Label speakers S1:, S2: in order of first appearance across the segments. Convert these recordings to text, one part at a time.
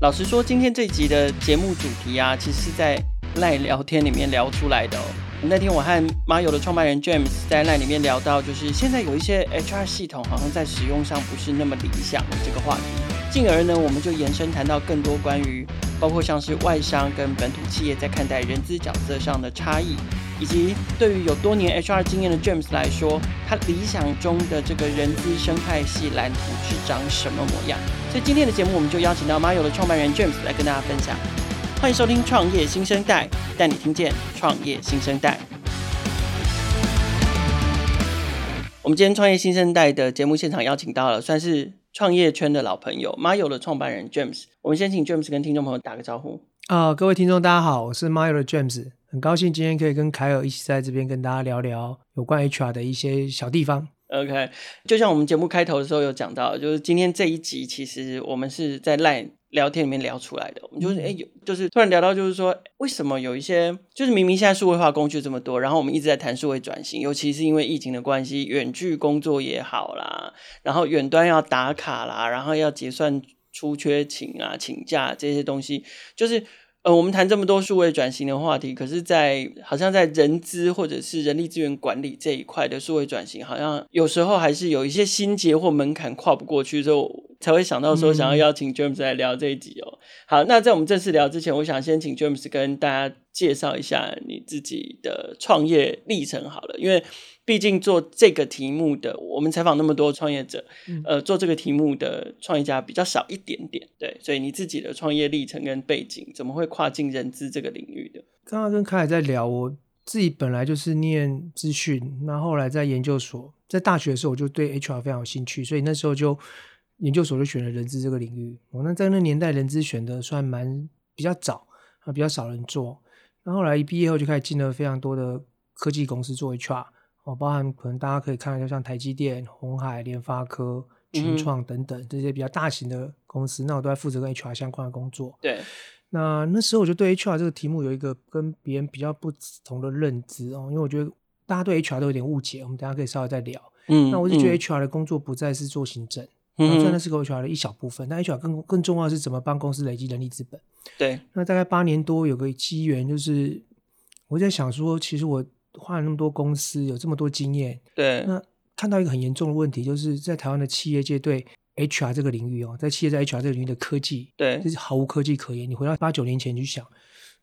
S1: 老实说，今天这集的节目主题啊，其实是在赖聊天里面聊出来的、哦。那天我和马友的创办人 James 在赖里面聊到，就是现在有一些 HR 系统好像在使用上不是那么理想的这个话题，进而呢，我们就延伸谈到更多关于包括像是外商跟本土企业在看待人资角色上的差异，以及对于有多年 HR 经验的 James 来说，他理想中的这个人资生态系蓝图是长什么模样。所以今天的节目，我们就邀请到 Mayo 的创办人 James 来跟大家分享。欢迎收听《创业新生代》，带你听见创业新生代。我们今天《创业新生代》的节目现场邀请到了，算是创业圈的老朋友，Mayo 的创办人 James。我们先请 James 跟听众朋友打个招呼。
S2: 啊、各位听众，大家好，我是 m y r a James，很高兴今天可以跟凯尔一起在这边跟大家聊聊有关 HR 的一些小地方。
S1: OK，就像我们节目开头的时候有讲到，就是今天这一集，其实我们是在 LINE 聊天里面聊出来的。我们就是哎、诶有就是突然聊到，就是说为什么有一些，就是明明现在数位化工具这么多，然后我们一直在谈数位转型，尤其是因为疫情的关系，远距工作也好啦，然后远端要打卡啦，然后要结算出缺勤啊、请假这些东西，就是。呃，我们谈这么多数位转型的话题，可是在，好像在人资或者是人力资源管理这一块的数位转型，好像有时候还是有一些心结或门槛跨不过去，所以我才会想到说想要邀请 James 来聊这一集哦。好，那在我们正式聊之前，我想先请 James 跟大家介绍一下你自己的创业历程好了，因为毕竟做这个题目的，我们采访那么多创业者，呃，做这个题目的创业家比较少一点点，对，所以你自己的创业历程跟背景，怎么会跨进人资这个领域的？
S2: 刚刚跟凯尔在聊，我自己本来就是念资讯，那后来在研究所，在大学的时候我就对 HR 非常有兴趣，所以那时候就研究所就选了人资这个领域。哦，那在那年代人资选的算蛮比较早啊，比较少人做。那后来一毕业后就开始进了非常多的科技公司做 HR，哦，包含可能大家可以看到像台积电、红海、联发科、群创等等这些比较大型的公司，那我都在负责跟 HR 相关的工作。
S1: 对，
S2: 那那时候我就对 HR 这个题目有一个跟别人比较不同的认知哦，因为我觉得大家对 HR 都有点误解，我们等一下可以稍微再聊。
S1: 嗯
S2: 那我是觉得 HR 的工作不再是做行政，
S1: 嗯
S2: 然后虽然
S1: 哼
S2: 那是个 HR 的一小部分，但 HR 更更重要的是怎么帮公司累积人力资本。
S1: 对，
S2: 那大概八年多有个机缘，就是我在想说，其实我换了那么多公司，有这么多经验，
S1: 对，
S2: 那看到一个很严重的问题，就是在台湾的企业界对 HR 这个领域哦，在企业在 HR 这个领域的科技
S1: 对
S2: 就，是毫无科技可言。你回到八九年前去想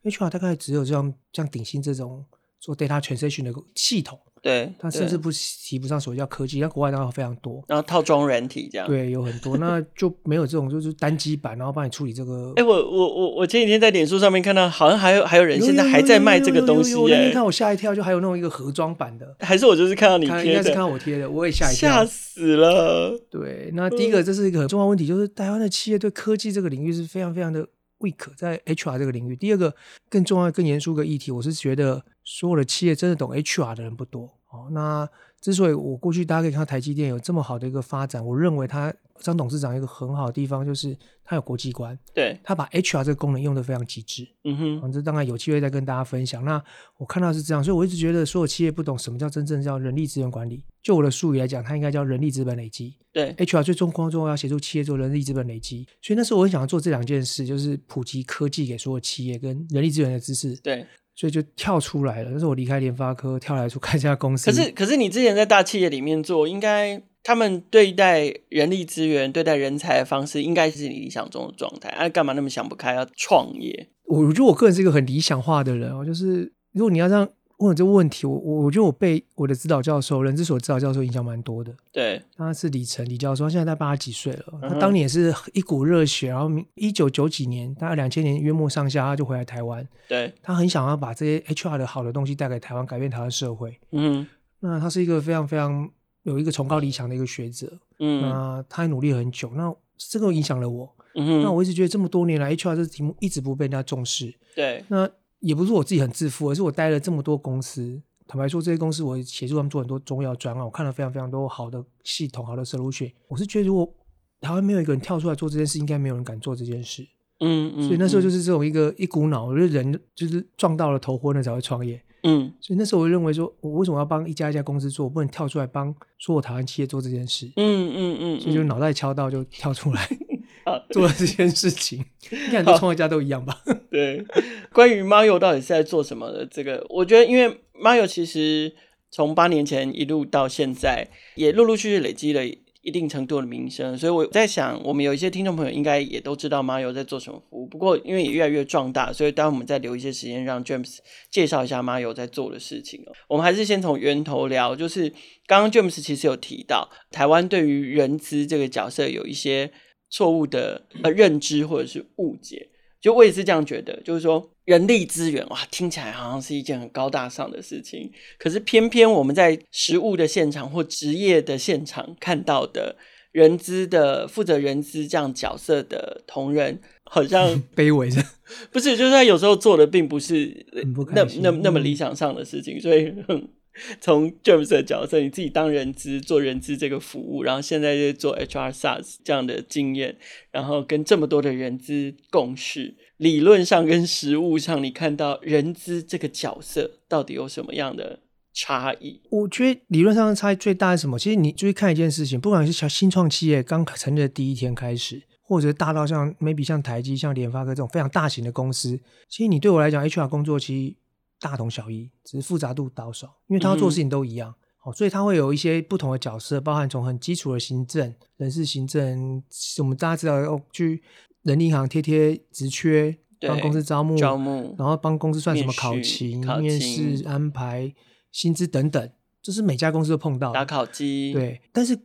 S2: ，HR 大概只有这样像鼎新这种做 data transaction 的系统，
S1: 对，
S2: 它
S1: 对
S2: 甚至不提不上所谓叫科技，但国外当然非常多。
S1: 然后套装人体这样。
S2: 对，有很多，那就没有这种就是单机版，然后帮你处理这个
S1: 哎、。我我我我前几天在脸书上面看到，好像还有还有人
S2: 有
S1: 现在
S2: 有
S1: 还
S2: 有
S1: 在
S2: 有
S1: 卖
S2: 有
S1: 这个
S2: 有
S1: 东
S2: 有
S1: 西
S2: 有那天
S1: 耶、
S2: 看我吓一跳，就还有那种一个盒装版的，
S1: 还是我就是看到你
S2: 看应
S1: 贴
S2: 该是看
S1: 的，
S2: 到我贴的，我也吓一跳
S1: 吓。死了。
S2: 对，那第一个这是一个很重要的问题，就是台湾的企业对科技这个领域是非常非常的 weak，在 HR 这个领域。第二个更重要、更严肃的议题，我是觉得所有的企业真的懂 HR 的人不多哦。那之所以我过去大家可以看到台积电有这么好的一个发展，我认为他张董事长有一个很好的地方就是他有国际观，
S1: 对，
S2: 他把 HR 这个功能用得非常极致。
S1: 嗯哼，
S2: 嗯，这当然有机会再跟大家分享。那我看到是这样，所以我一直觉得所有企业不懂什么叫真正叫人力资源管理。就我的术语来讲，它应该叫人力资本累积。
S1: 对，
S2: HR 最重工作要协助企业做人力资本累积，所以那时候我很想要做这两件事，就是普及科技给所有企业跟人力资源的知识，
S1: 对。
S2: 所以就跳出来了。那时候我离开联发科，跳来出开这家公司。
S1: 可是可是你之前在大企业里面做，应该他们对待人力资源、对待人才的方式，应该是你理想中的状态。啊，干嘛那么想不开要创业？
S2: 我我觉得我个人是一个很理想化的人哦，就是如果你要这样问我这个问题，我我我觉得我被我的指导教授，人之所指导教授影响蛮多的。
S1: 对
S2: 他是李晨李教授，他现在大概八十几岁了。
S1: 嗯
S2: 他
S1: 哼
S2: 当年也是一股热血，然后一九九几年，大概两千年约莫上下，他就回来台湾。
S1: 对，
S2: 他很想要把这些 HR 的好的东西带给台湾，改变台湾社会。
S1: 嗯
S2: 那他是一个非常非常有一个崇高理想的一个学者。
S1: 嗯
S2: 那他也努力了很久，那这个影响了我。
S1: 嗯
S2: 那
S1: 哼，
S2: 我一直觉得这么多年来，HR 这个题目一直不被人家重视。
S1: 对
S2: 那也不是我自己很自负，而是我待了这么多公司。坦白说，这些公司我协助他们做很多重要专案，我看了非常非常多好的系统、好的 solution。我是觉得，如果台湾没有一个人跳出来做这件事，应该没有人敢做这件事。
S1: 嗯嗯，
S2: 所以那时候就是是这种一个一股脑，我觉得人就是撞到了头昏了才会创业。
S1: 嗯
S2: 所以那时候我认为说，我为什么要帮一家一家公司做？我不能跳出来帮所有台湾企业做这件事。
S1: 嗯嗯嗯，啊
S2: 所以就脑袋敲到就跳出来。
S1: 好
S2: 做了这件事情。你看，很多创业家都一样吧？
S1: 对，关于 Mario 到底是在做什么的这个，我觉得因为 Mario 其实从八年前一路到现在，也陆陆续续累积了一定程度的名声，所以我在想，我们有一些听众朋友应该也都知道 Mario 在做什么服务。不过因为也越来越壮大，所以当然我们再留一些时间让 James 介绍一下 Mario 在做的事情哦。我们还是先从源头聊，就是刚刚 James 其实有提到，台湾对于人资这个角色有一些错误的呃认知或者是误解。就我也是这样觉得，就是说人力资源哇，听起来好像是一件很高大上的事情，可是偏偏我们在实物的现场或职业的现场看到的人资的负责人资这样角色的同仁，好像
S2: 卑微的，
S1: 不是，就是他有时候做的并不是呃
S2: 很不
S1: 那
S2: 开心
S1: 那那么理想上的事情，所以哼从 James 的角色，你自己当人资做人资这个服务，然后现在在做 HR SaaS 这样的经验，然后跟这么多的人资共事，理论上跟实务上，你看到人资这个角色到底有什么样的差异？
S2: 我觉得理论上的差异最大是什么？其实你注意看一件事情，不管是小新创企业刚成立的第一天开始，或者大到像 maybe 像台积、像联发科这种非常大型的公司，其实你对我来讲，HR 工作其实大同小异，只是复杂度高少，因为他要做的事情都一样。好，所以他会有一些不同的角色，包含从很基础的行政、人事行政，我们大家知道哦，去人力银行贴贴职缺，
S1: 对
S2: 帮公司招募，
S1: 招募
S2: 嗯然后帮公司算什么考
S1: 面试
S2: 勤、
S1: 考
S2: 面
S1: 勤
S2: 试安排、薪资等等，这是每家公司都碰到的
S1: 打考机，，
S2: 对，但是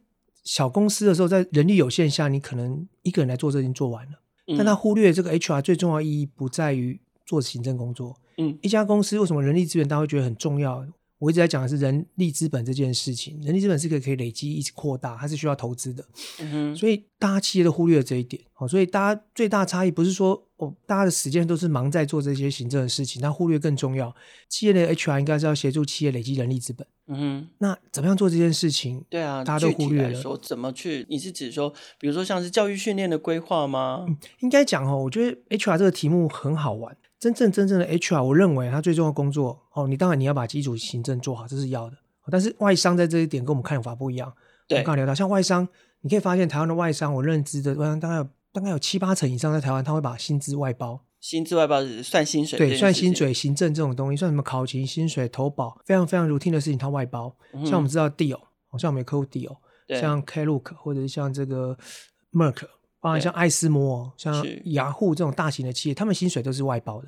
S2: 小公司的时候，在人力有限下，你可能一个人来做这已经做完了，
S1: 嗯
S2: 但他忽略这个 HR 最重要的意义不在于做行政工作。
S1: 嗯
S2: 一家公司为什么人力资源大家会觉得很重要？我一直在讲的是人力资本这件事情，人力资本是一个可以累积、一直扩大，它是需要投资的。
S1: 嗯哼，
S2: 所以大家企业都忽略了这一点，哦好、所以大家最大差异不是说哦，大家的时间都是忙在做这些行政的事情，但忽略更重要，企业的 HR 应该是要协助企业累积人力资本。
S1: 嗯哼。
S2: 那怎么样做这件事情？
S1: 对啊，
S2: 大家都
S1: 具体
S2: 忽略
S1: 来
S2: 了
S1: 说怎么去？你是指说，比如说像是教育训练的规划吗？
S2: 应该讲哦，我觉得 HR 这个题目很好玩。真正真正的 HR，我认为它最重要的工作哦，你当然你要把基础行政做好，这是要的。哦但是外商在这一点跟我们看法不一样。我
S1: 对
S2: 们刚，才聊到，像外商，你可以发现台湾的外商，我认知的外商大概有大概有七八成以上在台湾，他会把薪资外包。
S1: 薪资外包只是算薪水，
S2: 对，算薪，水、行政这种东西，算什么考勤、薪水、投保，非常非常 routine 的事情，它外包。
S1: 嗯
S2: 像我们知道 Deal，好像我们有客户 Deal，
S1: 对
S2: 像 Klook 或者是像这个 Merck，包含
S1: 对
S2: 像艾斯摩、像
S1: 是
S2: 雅虎这种大型的企业，他们薪水都是外包的，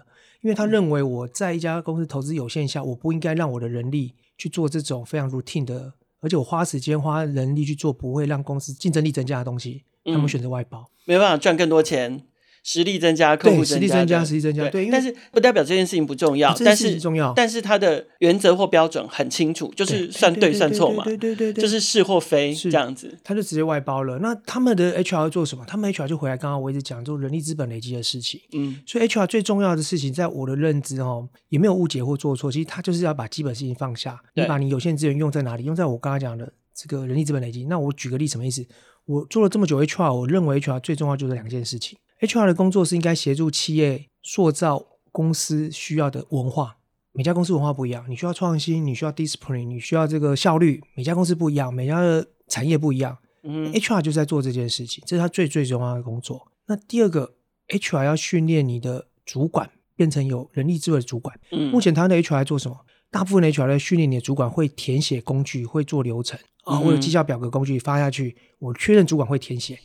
S1: 嗯
S2: 因为他认为我在一家公司投资有限下，我不应该让我的人力去做这种非常 routine 的，而且我花时间花人力去做不会让公司竞争力增加的东西，他
S1: 嗯
S2: 们选择外包。
S1: 没办法赚更多钱，实力增加，客户
S2: 对
S1: 增
S2: 实力增加
S1: 的
S2: 实力增加对因为
S1: 但是不代表这件事情不重要，
S2: 啊这件
S1: 但
S2: 事情
S1: 是
S2: 重要
S1: 但是它的原则或标准很清楚，就是算
S2: 对
S1: 算错嘛，
S2: 对对对对对，
S1: 就是是或非
S2: 是
S1: 这样子。
S2: 他就直接外包了。那他们的 HR 做什么？他们 HR 就回来，刚刚我一直讲做人力资本累积的事情。
S1: 嗯，
S2: 所以 HR 最重要的事情，在我的认知哦，也没有误解或做错，其实他就是要把基本事情放下，
S1: 对
S2: 你把你有限资源用在哪里？用在我刚刚讲的这个人力资本累积。那我举个例，什么意思？我做了这么久 HR，我认为 HR 最重要就是两件事情。HR 的工作是应该协助企业塑造公司需要的文化。每家公司文化不一样，你需要创新，你需要 discipline，你需要这个效率。每家公司不一样，每家的产业不一样，
S1: 嗯
S2: HR 就在做这件事情，这是他最最重要的工作。那第二个，HR 要训练你的主管变成有人力资源的主管。
S1: 嗯，
S2: 目前台湾的 HR 在做什么？大部分的 HR 在训练你的主管会填写工具，会做流程啊，
S1: 嗯
S2: 我有绩效表格工具发下去，我确认主管会填写。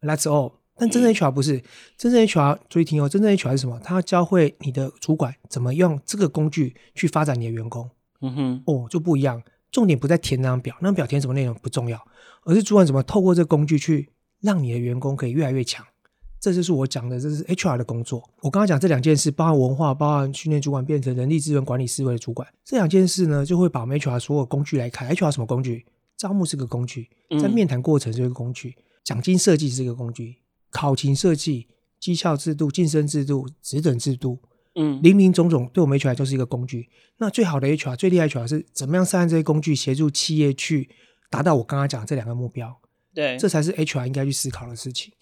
S2: That's all。但真正 HR 不是，真正 HR 注意听哦，真正 HR 是什么？他要教会你的主管怎么用这个工具去发展你的员工。
S1: 嗯哼，
S2: 哦，就不一样。重点不在填那张表，那张表填什么内容不重要，而是主管怎么透过这个工具去让你的员工可以越来越强。这就是我讲的，这是 HR 的工作。我刚刚讲这两件事，包含文化，包含训练主管变成人力资源管理思维的主管，这两件事呢，就会把我们 HR 所有工具来看。HR 什么工具？招募是个工具，在
S1: 嗯
S2: 面谈过程是一个工具，奖金设计是一个工具，考勤设计、绩效制度、晋升制度、职等制度，
S1: 嗯
S2: 林林总总，对我们 HR 就是一个工具。那最好的 HR、最厉害的 HR 是怎么样善用这些工具，协助企业去达到我刚刚讲的这两个目标，
S1: 对，
S2: 这才是 HR 应该去思考的事情。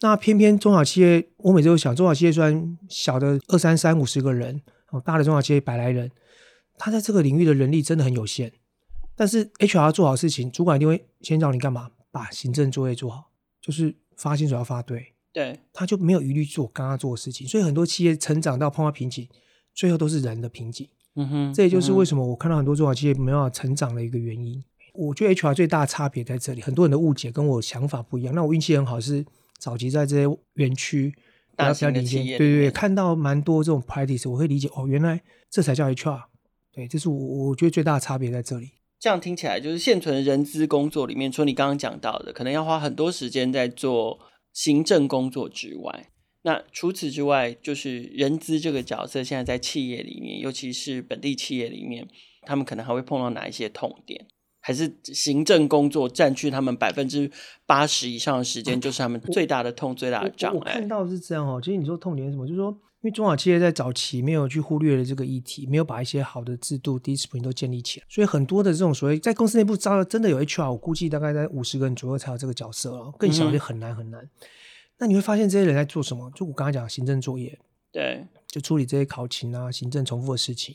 S2: 那偏偏中小企业，我每次都想，中小企业虽然小的二三三五十个人，哦，大的中小企业百来人，他在这个领域的人力真的很有限。但是 HR 做好事情，主管一定会先找你干嘛？把行政作业做好，就是发薪水要发对，
S1: 对，
S2: 他就没有余力做刚刚做的事情。所以很多企业成长到碰到瓶颈，最后都是人的瓶颈。
S1: 嗯哼，
S2: 这也就是为
S1: 什
S2: 什么我看到很多中小企业没办法成长的一个原因。我觉得 HR 最大的差别在这里，很多人的误解跟我想法不一样。那我运气很好，是早期在这些园区比
S1: 大
S2: 较比较
S1: 型的
S2: 领先，
S1: 企业
S2: 对
S1: 里
S2: 对对，
S1: 面
S2: 看到蛮多这种 practice，我会理解哦，原来这才叫 HR。对，这是我我觉得最大的差别在这里。
S1: 这样听起来就是现存人资工作里面，除了你刚刚讲到的，可能要花很多时间在做行政工作之外，那除此之外，就是人资这个角色现在在企业里面，尤其是本地企业里面，他们可能还会碰到哪一些痛点？还是行政工作占据他们百分之八十以上的时间，就是他们最大的痛、最大的哎
S2: 我
S1: 障
S2: 我看
S1: 碍。
S2: 到是这样哦，其实你说痛点是什么，就是说，因为中小企业在早期没有去忽略了这个议题，没有把一些好的制度、discipline 都建立起来，所以很多的这种所谓在公司内部招真的有 HR，我估计大概在五十个人左右才有这个角色哦，更小就很难很难。那你会发现这些人在做什么？就我刚刚讲的行政作业，
S1: 对，
S2: 就处理这些考勤啊、行政重复的事情，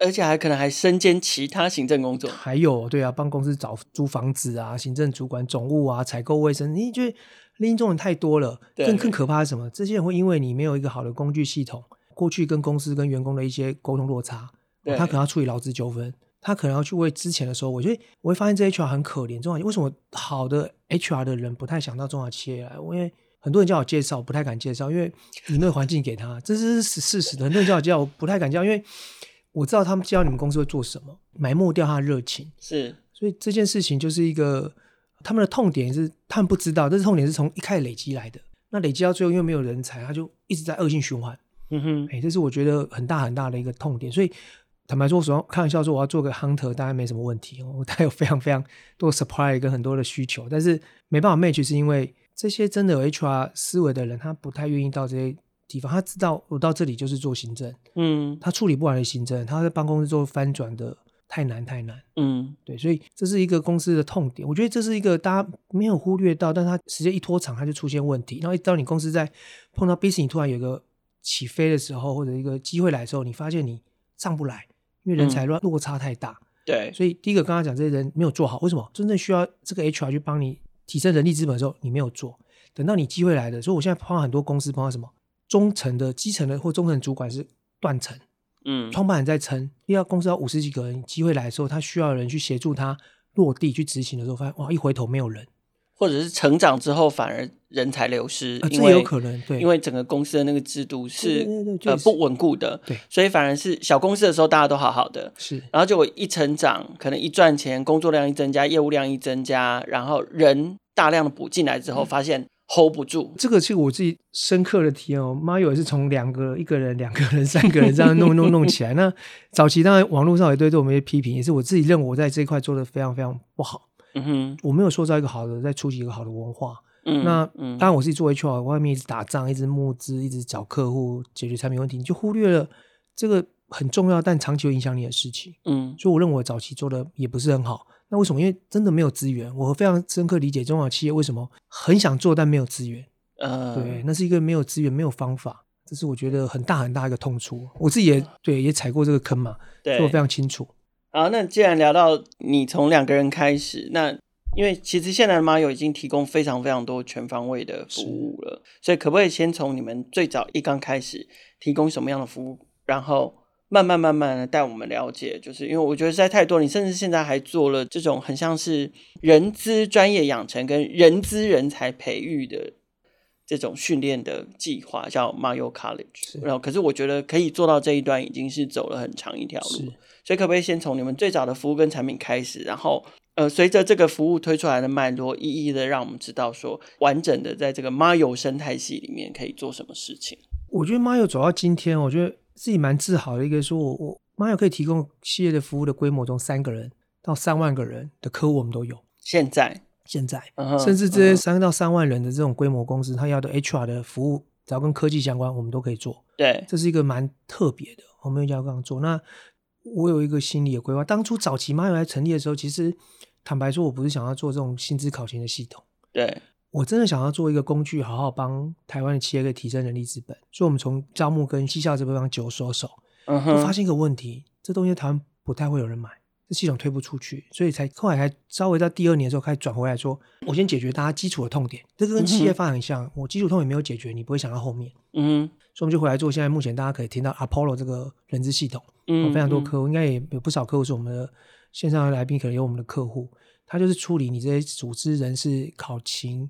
S1: 而且还可能还身兼其他行政工作。
S2: 还有对啊，帮公司找租房子啊、行政主管、总务啊、采购卫生，你觉得另一种人太多了。
S1: 对
S2: 更更可怕是什么？这些人会因为你没有一个好的工具系统，过去跟公司跟员工的一些沟通落差，
S1: 对
S2: 哦他可能要处理劳资纠纷，他可能要去为之前的时候，我觉得我会发现这 HR 很可怜。中小为什么好的 HR 的人不太想到中小企业来？因为很多人叫我介绍，不太敢介绍，因为你没有环境给他，这是事事实的。很多人叫我介绍，我不太敢介绍，因为我知道他们介绍你们公司会做什么，埋没掉他的热情。
S1: 是，
S2: 所以这件事情就是一个他们的痛点是他们不知道，但是痛点是从一开始累积来的。那累积到最后，因为没有人才，他就一直在恶性循环。
S1: 嗯哼，
S2: 哎，这是我觉得很大很大的一个痛点。所以坦白说，我说开玩笑说我要做个 hunter，当然没什么问题。哦我大概有非常非常多 supply 跟很多的需求，但是没办法 match，是因为这些真的有 HR 思维的人，他不太愿意到这些地方。他知道我到这里就是做行政，
S1: 嗯
S2: 他处理不完的行政，他在办公室做翻转的太难太难。
S1: 嗯，
S2: 对，所以这是一个公司的痛点，我觉得这是一个大家没有忽略到，但它时间一拖长，它就出现问题。然后一直到你公司在碰到 business 突然有一个起飞的时候，或者一个机会来的时候，你发现你上不来，因为人才乱落差太大。
S1: 对，
S2: 所以第一个刚刚讲这些人没有做好，为什么？真正需要这个 HR 去帮你提升人力资本的时候，你没有做。等到你机会来的，所以我现在碰到很多公司碰到什么中层的、基层的或中层主管是断层。
S1: 嗯，
S2: 创办人在撑，因为公司要五十几个人，机会来的时候，他需要人去协助他落地去执行的时候，发现哇，一回头没有人，
S1: 或者是成长之后反而人才流失，
S2: 啊，这
S1: 因为
S2: 也有可能，对，
S1: 因为整个公司的那个制度是
S2: 对对对
S1: 呃
S2: 就是
S1: 不稳固的，
S2: 对
S1: 所以反而是小公司的时候大家都好好的，
S2: 是
S1: 然后结果一成长，可能一赚钱，工作量一增加，业务量一增加，然后人大量的补进来之
S2: 嗯
S1: 后，发现 hold 不住，
S2: 这个是我自己深刻的体验哦。妈友也是从两个一个人、两个人、三个人这样弄弄弄起来。那 早期当然网络上也对对我们一些批评，也是我自己认为我在这一块做的非常非常不好，
S1: 嗯哼，
S2: 我没有塑造一个好的，在初级一个好的文化。
S1: 嗯，
S2: 那
S1: 嗯
S2: 当然，我自己做 HR，外面一直打仗，一直募资，一直找客户解决产品问题，你就忽略了这个很重要但长期会影响你的事情。
S1: 嗯
S2: 所以我认为我早期做的也不是很好。那为什么？因为真的没有资源。我非常深刻理解中小企业为什么很想做但没有资源。
S1: 呃
S2: 对，那是一个没有资源、没有方法，这是我觉得很大很大一个痛处。我自己也对也踩过这个坑嘛，所以我非
S1: 对，
S2: 常清楚。
S1: 好，那既然聊到你从两个人开始，那因为其实现在的 m a 已经提供非常非常多全方位的服务了，所以可不可以先从你们最早一刚开始提供什么样的服务，然后慢慢慢慢的带我们了解？就是因为我觉得实在太多了，你甚至现在还做了这种很像是人资专业养成跟人资人才培育的。这种训练的计划叫 Mayo
S2: 是
S1: College，然后可是我觉得可以做到这一段已经是走了很长一条路
S2: 是
S1: 了，所以可不可以先从你们最早的服务跟产品开始，然后呃，随着这个服务推出来的脉络，一一的让我们知道说，完整的在这个 Mayo 生态系里面可以做什么事情？
S2: 我觉得 Mayo 走到今天，我觉得自己蛮自豪的一个，说我我 Mayo 可以提供企业的服务的规模从三个人到三万个人的客户，我们都有。
S1: 现在，
S2: 现在，
S1: 嗯哼
S2: 甚至这些三到三万人的这种规模公司，它要的 HR 的服务，只要跟科技相关，我们都可以做。
S1: 对，
S2: 这是一个蛮特别的，我没有要这样做。那我有一个心理的规划，当初早期 Mayo 来成立的时候，其实坦白说，我不是想要做这种薪资考勤的系统。
S1: 对，
S2: 我真的想要做一个工具，好好帮台湾的企业可以提升人力资本，所以我们从招募跟绩效这地方久手手，
S1: 嗯
S2: 就发
S1: 哼，
S2: 现一个问题，这东西台湾不太会有人买，这系统推不出去，所以才后来还稍微到第二年的时候开始转回来说，我先解决大家基础的痛点，这个跟企业发展很像，我基础痛点没有解决，你不会想到后面，
S1: 嗯
S2: 所以我们就回来做现在目前大家可以听到 Apollo 这个人资系统。
S1: 嗯，
S2: 哦、非常多
S1: 嗯，
S2: 客户，应该也有不少客户是我们的线上的来宾，可能有我们的客户，他就是处理你这些组织人事、考勤、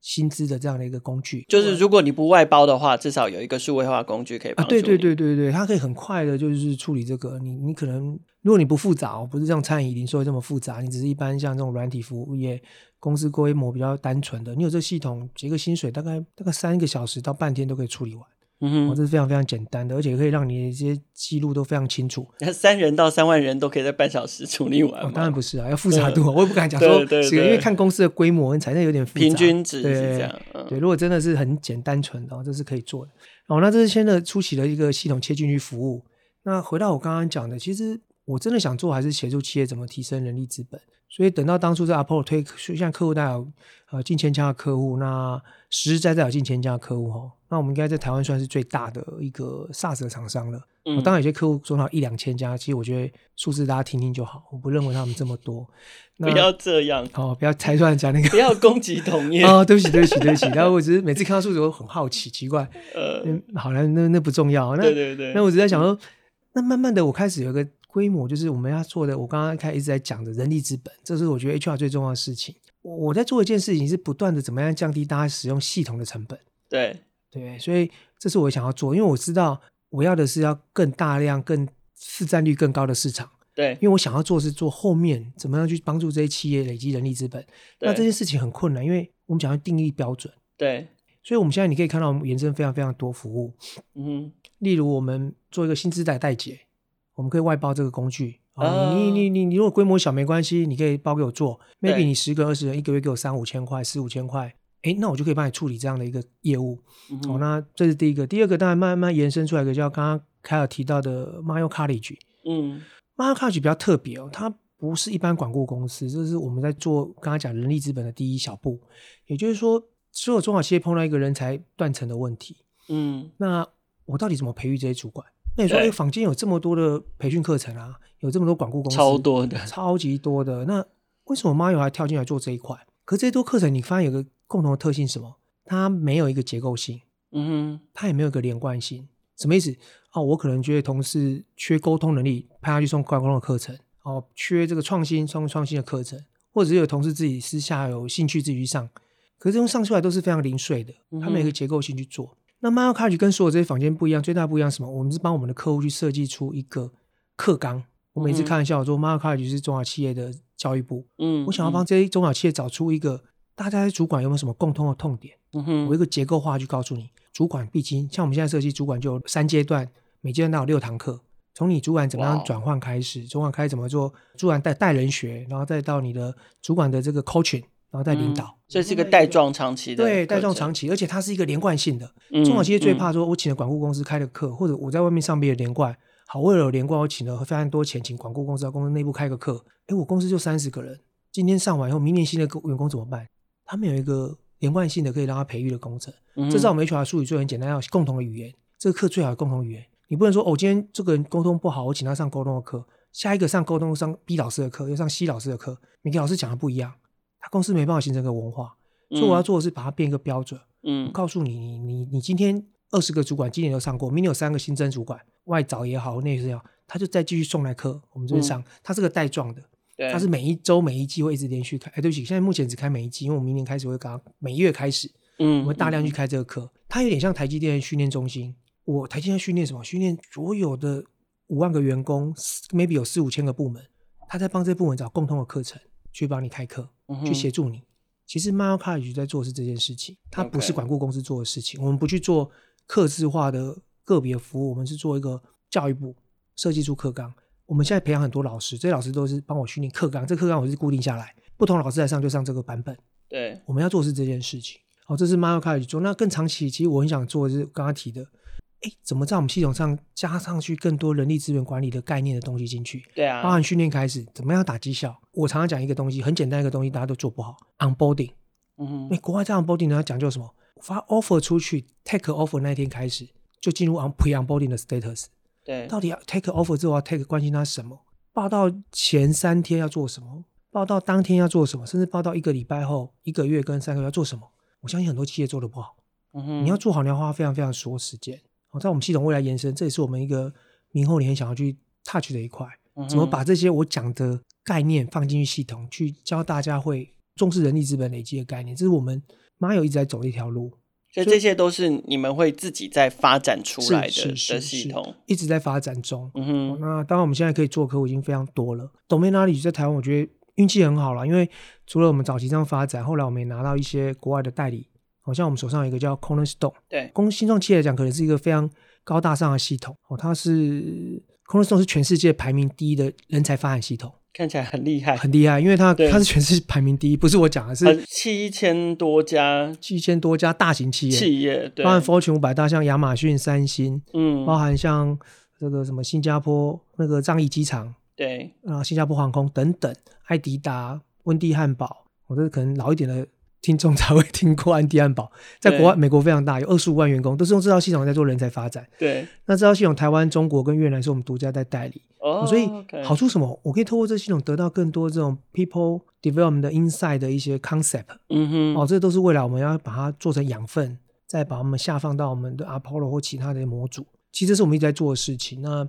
S2: 薪资的这样的一个工具。
S1: 就是如果你不外包的话，至少有一个数位化工具可以
S2: 啊，
S1: 帮助
S2: 对
S1: 你。
S2: 对对对对，它可以很快的，就是处理这个。你你可能如果你不复杂哦，不是像餐饮零售这么复杂，你只是一般像这种软体服务业公司规模比较单纯的，你有这系统结个薪水，大概大概三个小时到半天都可以处理完。
S1: 嗯
S2: 哦，
S1: 哼，
S2: 这是非常非常简单的，而且可以让你的一些记录都非常清楚。
S1: 那三人到三万人都可以在半小时处理完
S2: 哦
S1: 吗、，
S2: 当然不是啊，要复杂度啊，我也不敢讲
S1: 呃对
S2: 说
S1: 对
S2: 是个，因
S1: 对
S2: 为看公司的规模跟财政有点复杂
S1: 平均值
S2: 对
S1: 是这样嗯
S2: 对，如果真的是很简单纯的，哦这是可以做的。哦，那这是现在初期的一个系统切进去服务。那回到我刚刚讲的，其实我真的想做还是协助企业怎么提升人力资本。所以等到当初这 Apollo 推，像客户大概有呃近千家的客户，那实实在在有近千家的客户哈、哦，那我们应该在台湾算是最大的一个 SaaS 的厂商了。
S1: 嗯
S2: 我哦当然有些客户做到一两千家，其实我觉得数字大家听听就好，我不认为他们这么多。 那
S1: 嗯不要这样，
S2: 哦，不要拆穿人家那 个
S1: 不。要攻击同业。
S2: 哦，对不起，对不起，对不起。然后我只是每次看到数字，我很好奇，奇怪。
S1: 呃，
S2: 嗯，好了，那那不重要。啊那
S1: 对嗯对对，
S2: 那我只是在想说，那慢慢的我开始有一个规模，就是我们要做的，我刚刚开始一直在讲的人力资本，这是我觉得 HR 最重要的事情。我我在做一件事情是不断的怎么样降低大家使用系统的成本。
S1: 对，
S2: 对，所以这是我想要做，因为我知道我要的是要更大量、更市占率更高的市场，
S1: 对，
S2: 因为我想要做是做后面怎么样去帮助这些企业累积人力资本。那
S1: 对
S2: 这件事情很困难，因为我们想要定义标准，
S1: 对，
S2: 所以我们现在你可以看到我们延伸非常非常多服务，
S1: 嗯
S2: 例如我们做一个薪资代代结，我们可以外包这个工具。啊、
S1: 啊
S2: 你你你你如果规模小没关系，你可以包给我做，maybe
S1: 对
S2: 你十个二十人一个月给我三五千块、四五千块，诶，那我就可以帮你处理这样的一个业务。
S1: 哼，
S2: 哦，
S1: 嗯
S2: 那这是第一个，第二个当然慢慢延伸出来一个叫刚刚凯尔提到的 Mayo College。
S1: 嗯
S2: Mayo College 比较特别哦，它不是一般管顾公司，这是我们在做刚刚讲人力资本的第一小步。也就是说，所有中小企业碰到一个人才断层的问题，
S1: 嗯，
S2: 那我到底怎么培育这些主管？那你说，
S1: 对
S2: 哎，坊间有这么多的培训课程啊，有这么多管顾公司，
S1: 超多的，
S2: 超级多的。那为什么妈友还跳进来做这一块？可这些多课程，你发现有个共同的特性是什么？它没有一个结构性。
S1: 嗯
S2: 它也没有一个连贯性。什么意思？哦，我可能觉得同事缺沟通能力，派他去上沟通的课程；哦，缺这个创新，上创新的课程，或者是有同事自己私下有兴趣自己去上。可是这种上出来都是非常零碎的，
S1: 嗯
S2: 它没有一个结构性去做。那 m i l c a r g e 跟所有这些房间不一样，最大不一样是什么？我们是帮我们的客户去设计出一个课纲。我每次
S1: 嗯
S2: 开玩笑我说 m i l c a r g e 是中小企业的教育部，
S1: 哼，嗯，
S2: 我想要
S1: 嗯
S2: 帮，这些中小企业找出一个大家主管有没有什么共通的痛点。
S1: 嗯哼
S2: 我一个结构化去告诉你，主管必经，像我们现在设计主管就有三阶段，每阶段都有六堂课，从你主管怎么
S1: 哇
S2: 样
S1: 哦
S2: 转换开始，主管开始怎么做，主管带带人学，然后再到你的主管的这个 coaching，然后再领导
S1: 嗯，所以是个带状长期的课程，
S2: 对带状长期，而且它是一个连贯性的。
S1: 嗯，
S2: 中小企业最怕
S1: 嗯
S2: 说，我请了管顾公司开的课，或者我在外面上别的连贯。好，为了有连贯，我请了非常多钱，请管顾公司到公司内部开个课。诶，我公司就三十个人，今天上完以后，明年新的员工怎么办？他们有一个连贯性的可以让他培育的工程。
S1: 嗯
S2: 这在我们 HR 术语就很简单，要有共同的语言。这个课最好有共同语言，你不能说哦，今天这个人沟通不好，我请他上沟通的课，下一个上沟通上 B 老师的课，又上 C 老师的课，每个老师讲的不一样，他公司没办法形成一个文化。所以我要，做的是把它变一个标准，
S1: 嗯
S2: 告诉你，你你你今天二十个主管今年都上过，明年有三个新增主管，外找也好，内也好，他就再继续送来课，我们这边上，他是个带状的，
S1: 嗯，
S2: 它是每一周每一季会一直连续开。哎，对不起，现在目前只开每一季，因为我们明年开始会搞，每月开始，
S1: 嗯
S2: 我们大量去
S1: 嗯
S2: 开这个课，它有点像台积电训练中心。我台积电训练什么？训练所有的五万个员工四，maybe 有四五千个部门，他在帮这些部门找共同的课程，去帮你开课，
S1: 嗯
S2: 去
S1: 哼
S2: 协助你。其实 Mile College 在做的是这件事情，它不是
S1: OK
S2: 管顾公司做的事情。我们不去做客制化的个别服务，我们是做一个教育部设计出课纲。我们现在培养很多老师，这些老师都是帮我训练课纲，这课纲我是固定下来，不同老师来上就上这个版本。
S1: 对，
S2: 我们要做的是这件事情。好、这是 Mario 开始做。那更长期，其实我很想做的是刚刚提的，哎，怎么在我们系统上加上去更多人力资源管理的概念的东西进去，
S1: 对
S2: 包
S1: 啊，
S2: 含训练开始，怎么样打绩效？我常常讲一个东西，很简单一个东西，大家都做不好，onboarding。
S1: 嗯
S2: 那
S1: 哼
S2: 国外在 onboarding 呢，要讲究什么？发 offer 出去，take offer 那一天开始就进入 on pre onboarding 的 status。
S1: 对，
S2: 到底要 take offer 之后要 take 关心他什么？报道前三天要做什么，报道当天要做什么，甚至报道一个礼拜后、一个月跟三个月要做什么。我相信很多企业做的不好，
S1: 嗯哼，
S2: 你要做好，你要花非常非常多时间。好，在我们系统未来延伸，这也是我们一个明后年很想要去 touch 的一块。
S1: 嗯
S2: 怎么
S1: 哼
S2: 把这些我讲的概念放进去系统，去教大家会重视人力资本累积的概念，这是我们妈友一直在走的一条路，
S1: 所以这些都是你们会自己在发展出
S2: 是
S1: 来的
S2: 是
S1: 的
S2: 是
S1: 系
S2: 是
S1: 统。
S2: 一直在发展中。
S1: 嗯
S2: 哦
S1: 哼，
S2: 那当然，我们现在可以做的客户已经非常多了。Domain Knowledge 在台湾，我觉得运气很好了，因为除了我们早期这样发展，后来我们也拿到一些国外的代理，好像我们手上有一个叫 Cornerstone，
S1: 对，
S2: 公新创企业来讲，可能是一个非常高大上的系统哦，它是 Cornerstone 是全世界排名第一的人才发展系统，
S1: 看起来很厉害，
S2: 很厉害，因为它
S1: 对
S2: 它是全世界排名第一，不是我讲的，是
S1: 很七千多家
S2: 七千多家大型企业，
S1: 企业，对
S2: 包，含 Fortune 五百大，像亚马逊、三星，
S1: 嗯，
S2: 包含像这个什么新加坡那个樟宜机场。
S1: 对，
S2: 啊，新加坡航空等等，艾迪达、温蒂汉堡，我、这可能老一点的听众 才会听过安迪汉堡，在国外
S1: 对
S2: 美国非常大，有二十五万员工，都是用这套系统在做人才发展。
S1: 对，
S2: 那这套系统，台湾、中国跟越南是我们独家在代理，
S1: 哦，
S2: 所以
S1: OK
S2: 好处什么？我可以透过这系统得到更多这种 people development 的 inside 的一些 concept，
S1: 嗯哼，
S2: 哦，这都是未来我们要把它做成养分，再把我们下放到我们的 Apollo 或其他的模组。其实这是我们一直在做的事情。那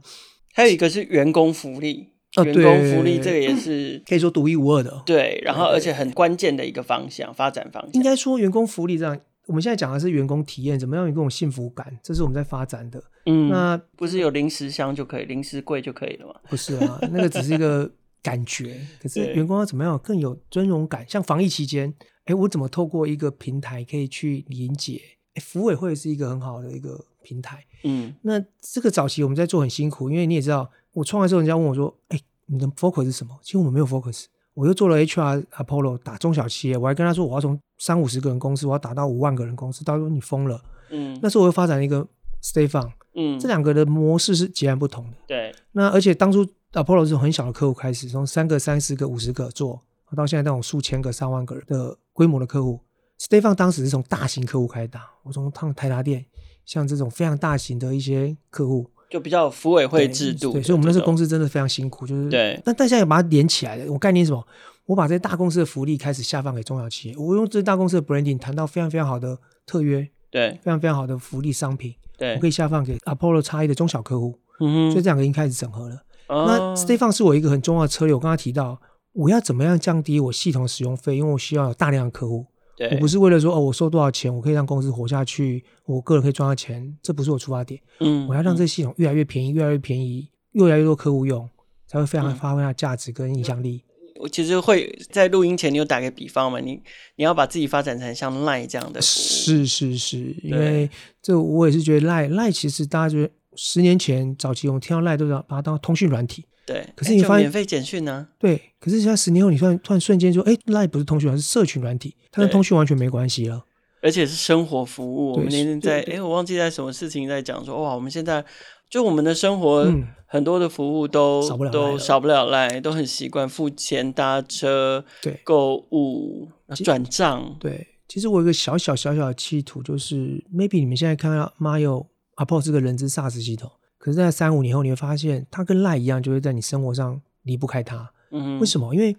S1: 还有一个是员工福利，
S2: 啊
S1: 员工福利
S2: 对
S1: 这个也 是
S2: 可以说独一无二的，
S1: 对，然后
S2: 对
S1: 而且很关键的一个方向，发展方
S2: 应
S1: 向。
S2: 该说员工福利这样，我们现在讲的是员工体验，怎么样有这种幸福感，这是我们在发展的。
S1: 嗯，
S2: 那
S1: 不是有零食箱就可以，零食柜就可以了嘛？
S2: 不是啊，那个只是一个感觉，可是
S1: 对
S2: 员工要怎么样有更有尊荣感？像防疫期间，哎，我怎么透过一个平台可以去理解？哎，服委会是一个很好的一个平台。
S1: 嗯，
S2: 那这个早期我们在做很辛苦，因为你也知道，我创业之后，人家问我说：“哎、你的 focus 是什么？”其实我们没有 focus，我又做了 HR Apollo 打中小企业，我还跟他说我要从三五十个人公司，我要打到五万个人公司。他说你疯了。
S1: 嗯，
S2: 那时候我又发展了一个 Stay Fun，
S1: 嗯
S2: 这，两个的模式是截然不同的。
S1: 对，
S2: 那而且当初 Apollo 是从很小的客户开始，从三个、三十个、五十个做，到现在那种数千个、上万个人的规模的客户。Stefan 当时是从大型客户开始打，我从趟台达店，像这种非常大型的一些客户
S1: 就比较有服委会
S2: 对
S1: 制度的这种，
S2: 对，所以我们那时候公
S1: 司
S2: 司真的非常辛苦，就是
S1: 对
S2: 但但现在也把它连起来了。我概念是什么？我把这些大公司的福利开始下放给中小企业，我用这些大公司的 branding 谈到非常非常好的特约，
S1: 对
S2: 非常非常好的福利商品，
S1: 对
S2: 我可，以下放给 Apollo 差异的中小客户，
S1: 嗯
S2: 所以
S1: 哼，
S2: 这两个已经开始整合了。那
S1: 哦
S2: Stefan 是我一个很重要的策略，我刚刚提到，我要怎么样降低我系统使用费，因为我需要有大量的客户，
S1: 对，
S2: 我不是为了说哦，我收多少钱，我可以让公司活下去，我个人可以赚到钱，这不是我出发点，
S1: 嗯，
S2: 我要让
S1: 嗯
S2: 这系统越来越便宜，越来越便宜，越来越多客户用，才会非常
S1: 嗯
S2: 发挥它的价值跟影响力。
S1: 我其实会在录音前，你有打个比方嘛？你你要把自己发展成像 Line 这样的服务，
S2: 是是是，因
S1: 对
S2: 为这我也是觉得赖赖，其实大家觉得十年前早期我们听到赖都是把它当通讯软体，
S1: 对。
S2: 可是
S1: 哎
S2: 你
S1: 就
S2: 发现
S1: 免费简讯啊呢？
S2: 对，可是现在十年后，你突然突然瞬间说，哎，赖不是通讯软体，是社群软体，它跟
S1: 对
S2: 通讯完全没关系了。
S1: 而且是生活服务。我
S2: 对
S1: 们那
S2: 是
S1: 天
S2: 对
S1: 在
S2: 对
S1: 哎，我忘记在什么事情在讲说，哇，哦我们现在就我们的生活
S2: 嗯
S1: 很多的服务都
S2: 少不了赖
S1: 都
S2: 了
S1: 少不了来，都很习惯付钱、搭车、
S2: 对
S1: 购物、转账。
S2: 对，其实我有一个小小小小的企图，就是 maybe 你们现在看到 Mayo Apple 这个人资 SaaS 系统，可是，在三五年后，你会发现它跟赖一样，就会在你生活上离不开它。
S1: 嗯，
S2: 为什么？因为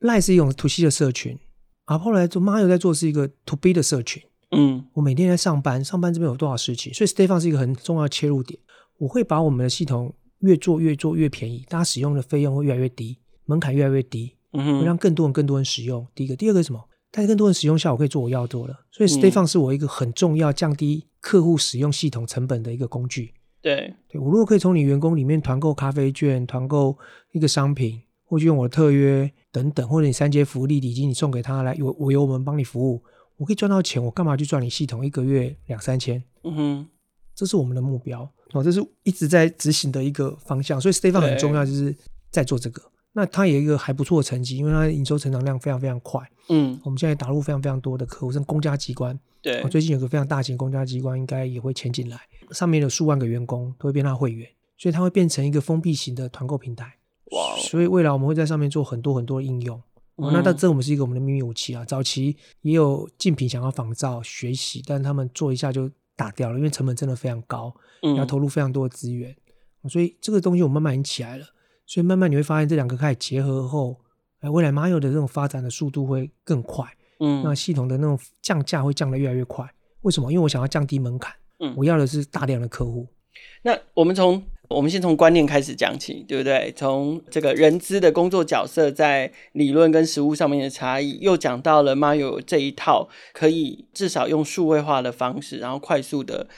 S2: 赖是一种 to C 的社群，Apple 来做 Mayo 在做是一个 to B 的社群。
S1: 么？嗯，
S2: 我每天在上班，上班这边有多少事情，所以 Stefan 是一个很重要的切入点。我会把我们的系统越做越做越便宜，大家使用的费用会越来越低，门槛越来越低，
S1: 嗯
S2: 会
S1: 哼，
S2: 让更多人更多人使用。第一个，第二个是什么？但更多人使用下，我可以做我要做了。所以
S1: 嗯
S2: Stefan 是我一个很重要降低客户使用系统成本的一个工具。
S1: 对，
S2: 对我如果可以从你员工里面团购咖啡券、团购一个商品，或者用我的特约等等，或者你三节福利礼金你送给他来，有我由我们帮你服务，我可以赚到钱，我干嘛去赚你系统一个月两三千？
S1: 嗯哼，
S2: 这是我们的目标哦，这是一直在执行的一个方向，所以 Stefan
S1: 对
S2: 很重要，就是在做这个。那他也有一个还不错的成绩，因为他的营收成长量非常非常快。
S1: 嗯，
S2: 我们现在打入非常非常多的客户，像公家机关，
S1: 对
S2: 哦，，最近有个非常大型公家机关，应该也会迁进来，上面有数万个员工都会变他会员，所以它会变成一个封闭型的团购平台。
S1: 哇哦
S2: 所以未来我们会在上面做很多很多的应用。哦、那到
S1: 嗯
S2: 这我们是一个我们的秘密武器啊，早期也有竞品想要仿造学习，但他们做一下就打掉了，因为成本真的非常高，
S1: 嗯
S2: 哦要投入非常多的资源，所以这个东西我慢慢已经起来了。所以慢慢你会发现这两个开始结合后，哎，未来马友的这种发展的速度会更快，那
S1: 嗯
S2: 系统的那种降价会降得越来越快。为什么？因为我想要降低门槛，
S1: 嗯
S2: 我要的是大量的客户。
S1: 那我们从我们先从观念开始讲起，对不对？从这个人资的工作角色在理论跟实务上面的差异，又讲到了 Mario 这一套可以至少用数位化的方式，然后快速的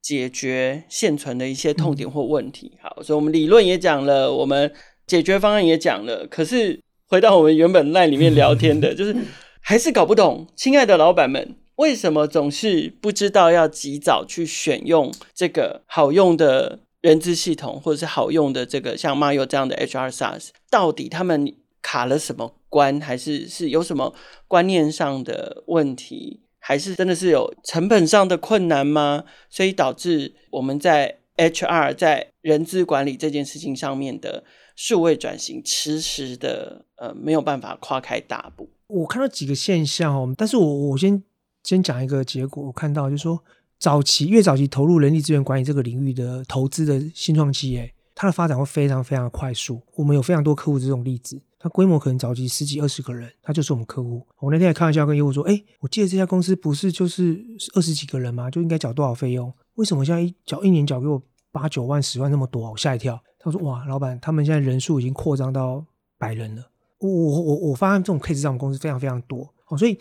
S1: 解决现存的一些痛点或问题。好，所以我们理论也讲了，我们解决方案也讲了，可是回到我们原本 line 里面聊天的，就是还是搞不懂，亲爱的老板们，为什么总是不知道要及早去选用这个好用的人资系统，或者是好用的这个像 Mario 这样的 HR SaaS？到底他们卡了什么关，还是是有什么观念上的问题，还是真的是有成本上的困难吗？所以导致我们在 HR 在人资管理这件事情上面的数位转型，迟迟的呃没有办法跨开大步。
S2: 我看到几个现象哦，但是我我先先讲一个结果，我看到就是说，早期越早期投入人力资源管理这个领域的投资的新创企业，它的发展会非常非常的快速。我们有非常多客户这种例子，它规模可能早期十几二十个人，它就是我们客户。我那天还开玩笑跟业务说，哎，我记得这家公司不是就是二十几个人吗？就应该缴多少费用？为什么现在一缴一年缴给我八九万、十万那么多啊？我吓一跳。他说，哇，老板，他们现在人数已经扩张到百人了。我我我我发现这种 case 在我们公司非常非常多哦，所以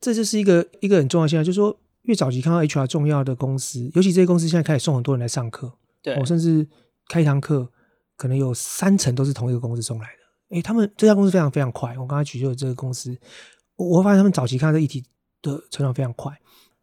S2: 这就是一个一个很重要的现象，就是说越早期看到 HR 重要的公司，尤其这些公司现在开始送很多人来上课，
S1: 对，
S2: 我、甚至开一堂课，可能有三成都是同一个公司送来的。诶，他们这家公司非常非常快，我刚才举就这个公司，我我会发现他们早期看到这议题的成长非常快。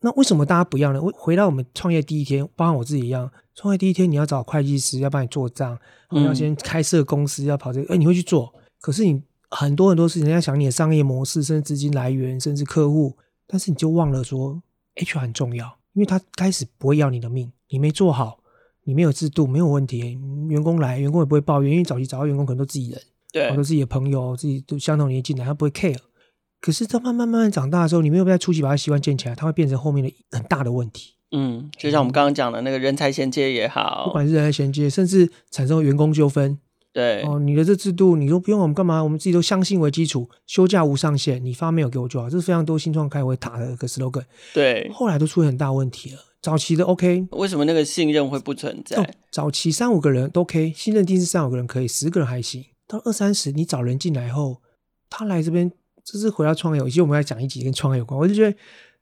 S2: 那为什么大家不要呢？我回到我们创业第一天，包含我自己一样，创业第一天你要找会计师要帮你做账，
S1: 嗯
S2: 要先开设公司，要跑这个，哎，你会去做，可是你很多很多事情，人家想你的商业模式，甚至资金来源，甚至客户，但是你就忘了说 HR 很重要，因为他开始不会要你的命，你没做好，你没有制度，没有问题，员工来，员工也不会抱怨，因为早期找到员工可能都自己人，
S1: 对
S2: 或者自己的朋友，自己都相同年纪来，他不会 care。可是他慢慢慢慢长大的时候，你没有在初期把他习惯建起来，他会变成后面的很大的问题，
S1: 嗯，就像我们刚刚讲的那个人才衔接也
S2: 不
S1: 好，
S2: 管是人才衔接，甚至产生员工纠纷。
S1: 哦对，
S2: 哦，你的这制度，你说不用我们干嘛？我们自己都相信为基础，休假无上限，你发 mail 给我就好。这是非常多新创开会打的一个 slogan，
S1: 对，
S2: 后来都出现很大问题了。早期的 OK，
S1: 为什么那个信任会不存在？
S2: 哦早期三五个人都 OK，新认定是三五个人可以，十个人还行。到二三十，你找人进来后，他来这边，这是回到创业，以及我们要讲一集跟创业有关。我就觉得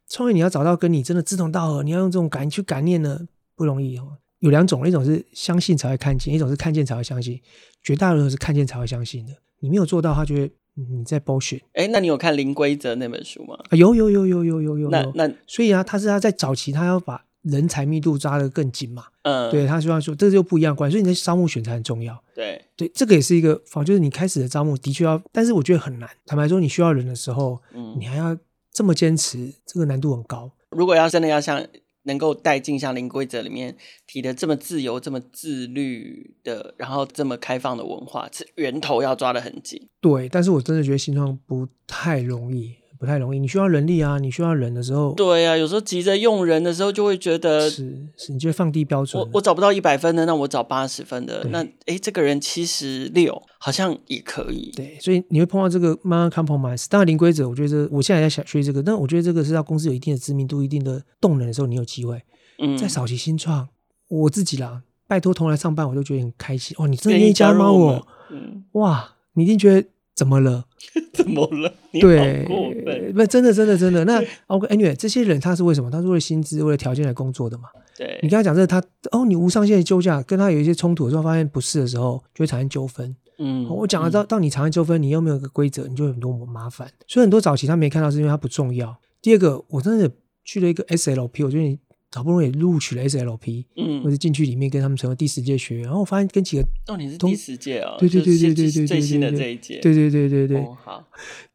S2: 创业你要找到跟你真的志同道合，你要用这种感去感念呢，不容易哦。有两种，一种是相信才会看见，一种是看见才会相信。绝大多数是看见才会相信的，你没有做到，他觉得嗯你在 bullshit
S1: 哎，那你有看《零规则》那本书吗？
S2: 啊！有有有有有有有
S1: 那
S2: 有，
S1: 那
S2: 所以啊，他是他在早期他要把人才密度抓得更紧嘛。
S1: 嗯，
S2: 对他希望说，这就不一样关系，所以你的招募选材很重要。
S1: 对
S2: 对，这个也是一个方，就是你开始的招募的确要，但是我觉得很难。坦白说，你需要人的时候，
S1: 嗯
S2: 你还要这么坚持，这个难度很高。
S1: 如果要真的要像能够带进像《零规则》里面提的这么自由、这么自律的，然后这么开放的文化，是源头要抓得很紧。
S2: 对，但是我真的觉得新创不太容易，不太容易。你需要人力啊，你需要人的时候，
S1: 对啊，有时候急着用人的时候，就会觉得
S2: 是是，你就会放低标准
S1: 我
S2: 了。
S1: 我找不到一百分的，那我找八十分的
S2: 对，
S1: 那诶，这个人七十六好像也可以。
S2: 对，所以你会碰到这个慢慢 compromise。当然零规则，我觉得这我现在在想学这个，但我觉得这个是要公司有一定的知名度、一定的动能的时候，你有机会。
S1: 嗯，
S2: 在早期新创，我自己啦，拜托同来上班，我都觉得很开心。哦，你真的
S1: 愿
S2: 愿
S1: 意
S2: 意加
S1: 加入
S2: 入
S1: 我
S2: 我
S1: 们？嗯，
S2: 哇，你一定觉得怎么了？
S1: 怎么了？你好
S2: 对
S1: 过分，。
S2: 不，真的，真的，真 的。那哦 OK，Anyway，这些人他是为什么？他是为了薪资、为了条件来工作的嘛？
S1: 对，
S2: 你跟他讲这个，他哦，你无上限的休假，跟他有一些冲突的时候，发现不是的时候，就会产生纠纷。
S1: 嗯，
S2: 我讲了
S1: 这
S2: 到到你常见纠纷，你又没有一个规则，你就有很多麻烦。所以很多早期他没看到，是因为他不重要。第二个，我真的去了一个 SLP，我觉得你好不容易录取了 SLP，
S1: 嗯
S2: 或，者进去里面跟他们成为第十届学员，然后我发现跟几个
S1: 哦，你是
S2: 通
S1: 第十届哦，
S2: 对对
S1: 就是
S2: 对对对对
S1: 最新的
S2: 对
S1: 这一届，
S2: 对对对对对，
S1: 哦，好，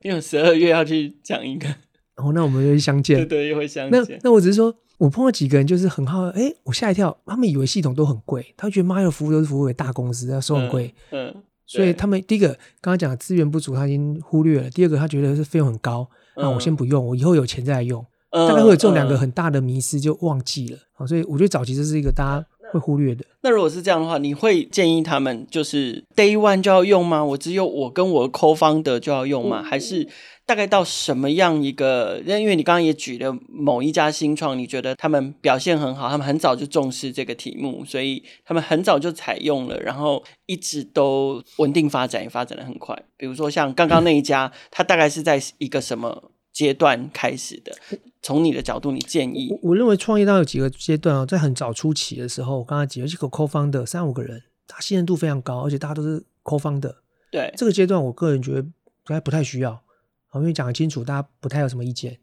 S1: 因为我十二月要去讲一个，
S2: 然后那我们就相
S1: 对
S2: 见。
S1: 对，又会相
S2: 那
S1: 见，
S2: 那我只是说，我碰到几个人就是很好，哎，我吓一跳，他们以为系统都很贵，他们觉得妈呀，服务都是服务给大公司，要收很贵，
S1: 嗯，
S2: 所以
S1: 对
S2: 他们第一个刚刚讲的资源不足，他已经忽略了；第二个他觉得是费用很高，那、我先不用，我以后有钱再来用。
S1: 大嗯嗯
S2: 大概会有这种两个很大的迷失，就忘记了啊。所以我觉得早期这是一个大家会忽略的。
S1: 那如果是这样的话，你会建议他们就是 day one 就要用吗？我只有我跟我 co founder 就要用
S2: 嗯
S1: 吗？还是大概到什么样一个？因为你刚刚也举了某一家新创，你觉得他们表现很好，他们很早就重视这个题目，所以他们很早就采用了，然后一直都稳定发展，也发展的很快。比如说像刚刚那一家，它大概是在一个什么阶段开始的？从你的角度，你建议
S2: 我我认为创业到有几个阶段啊，在很早初期的时候，我刚才讲，而且 co founder 三五个人，他信任度非常高，而且大家都是 co founder。
S1: 对
S2: 这个阶段，我个人觉得不太不太需要，哦好，因为讲得清楚，大家不太有什么意见。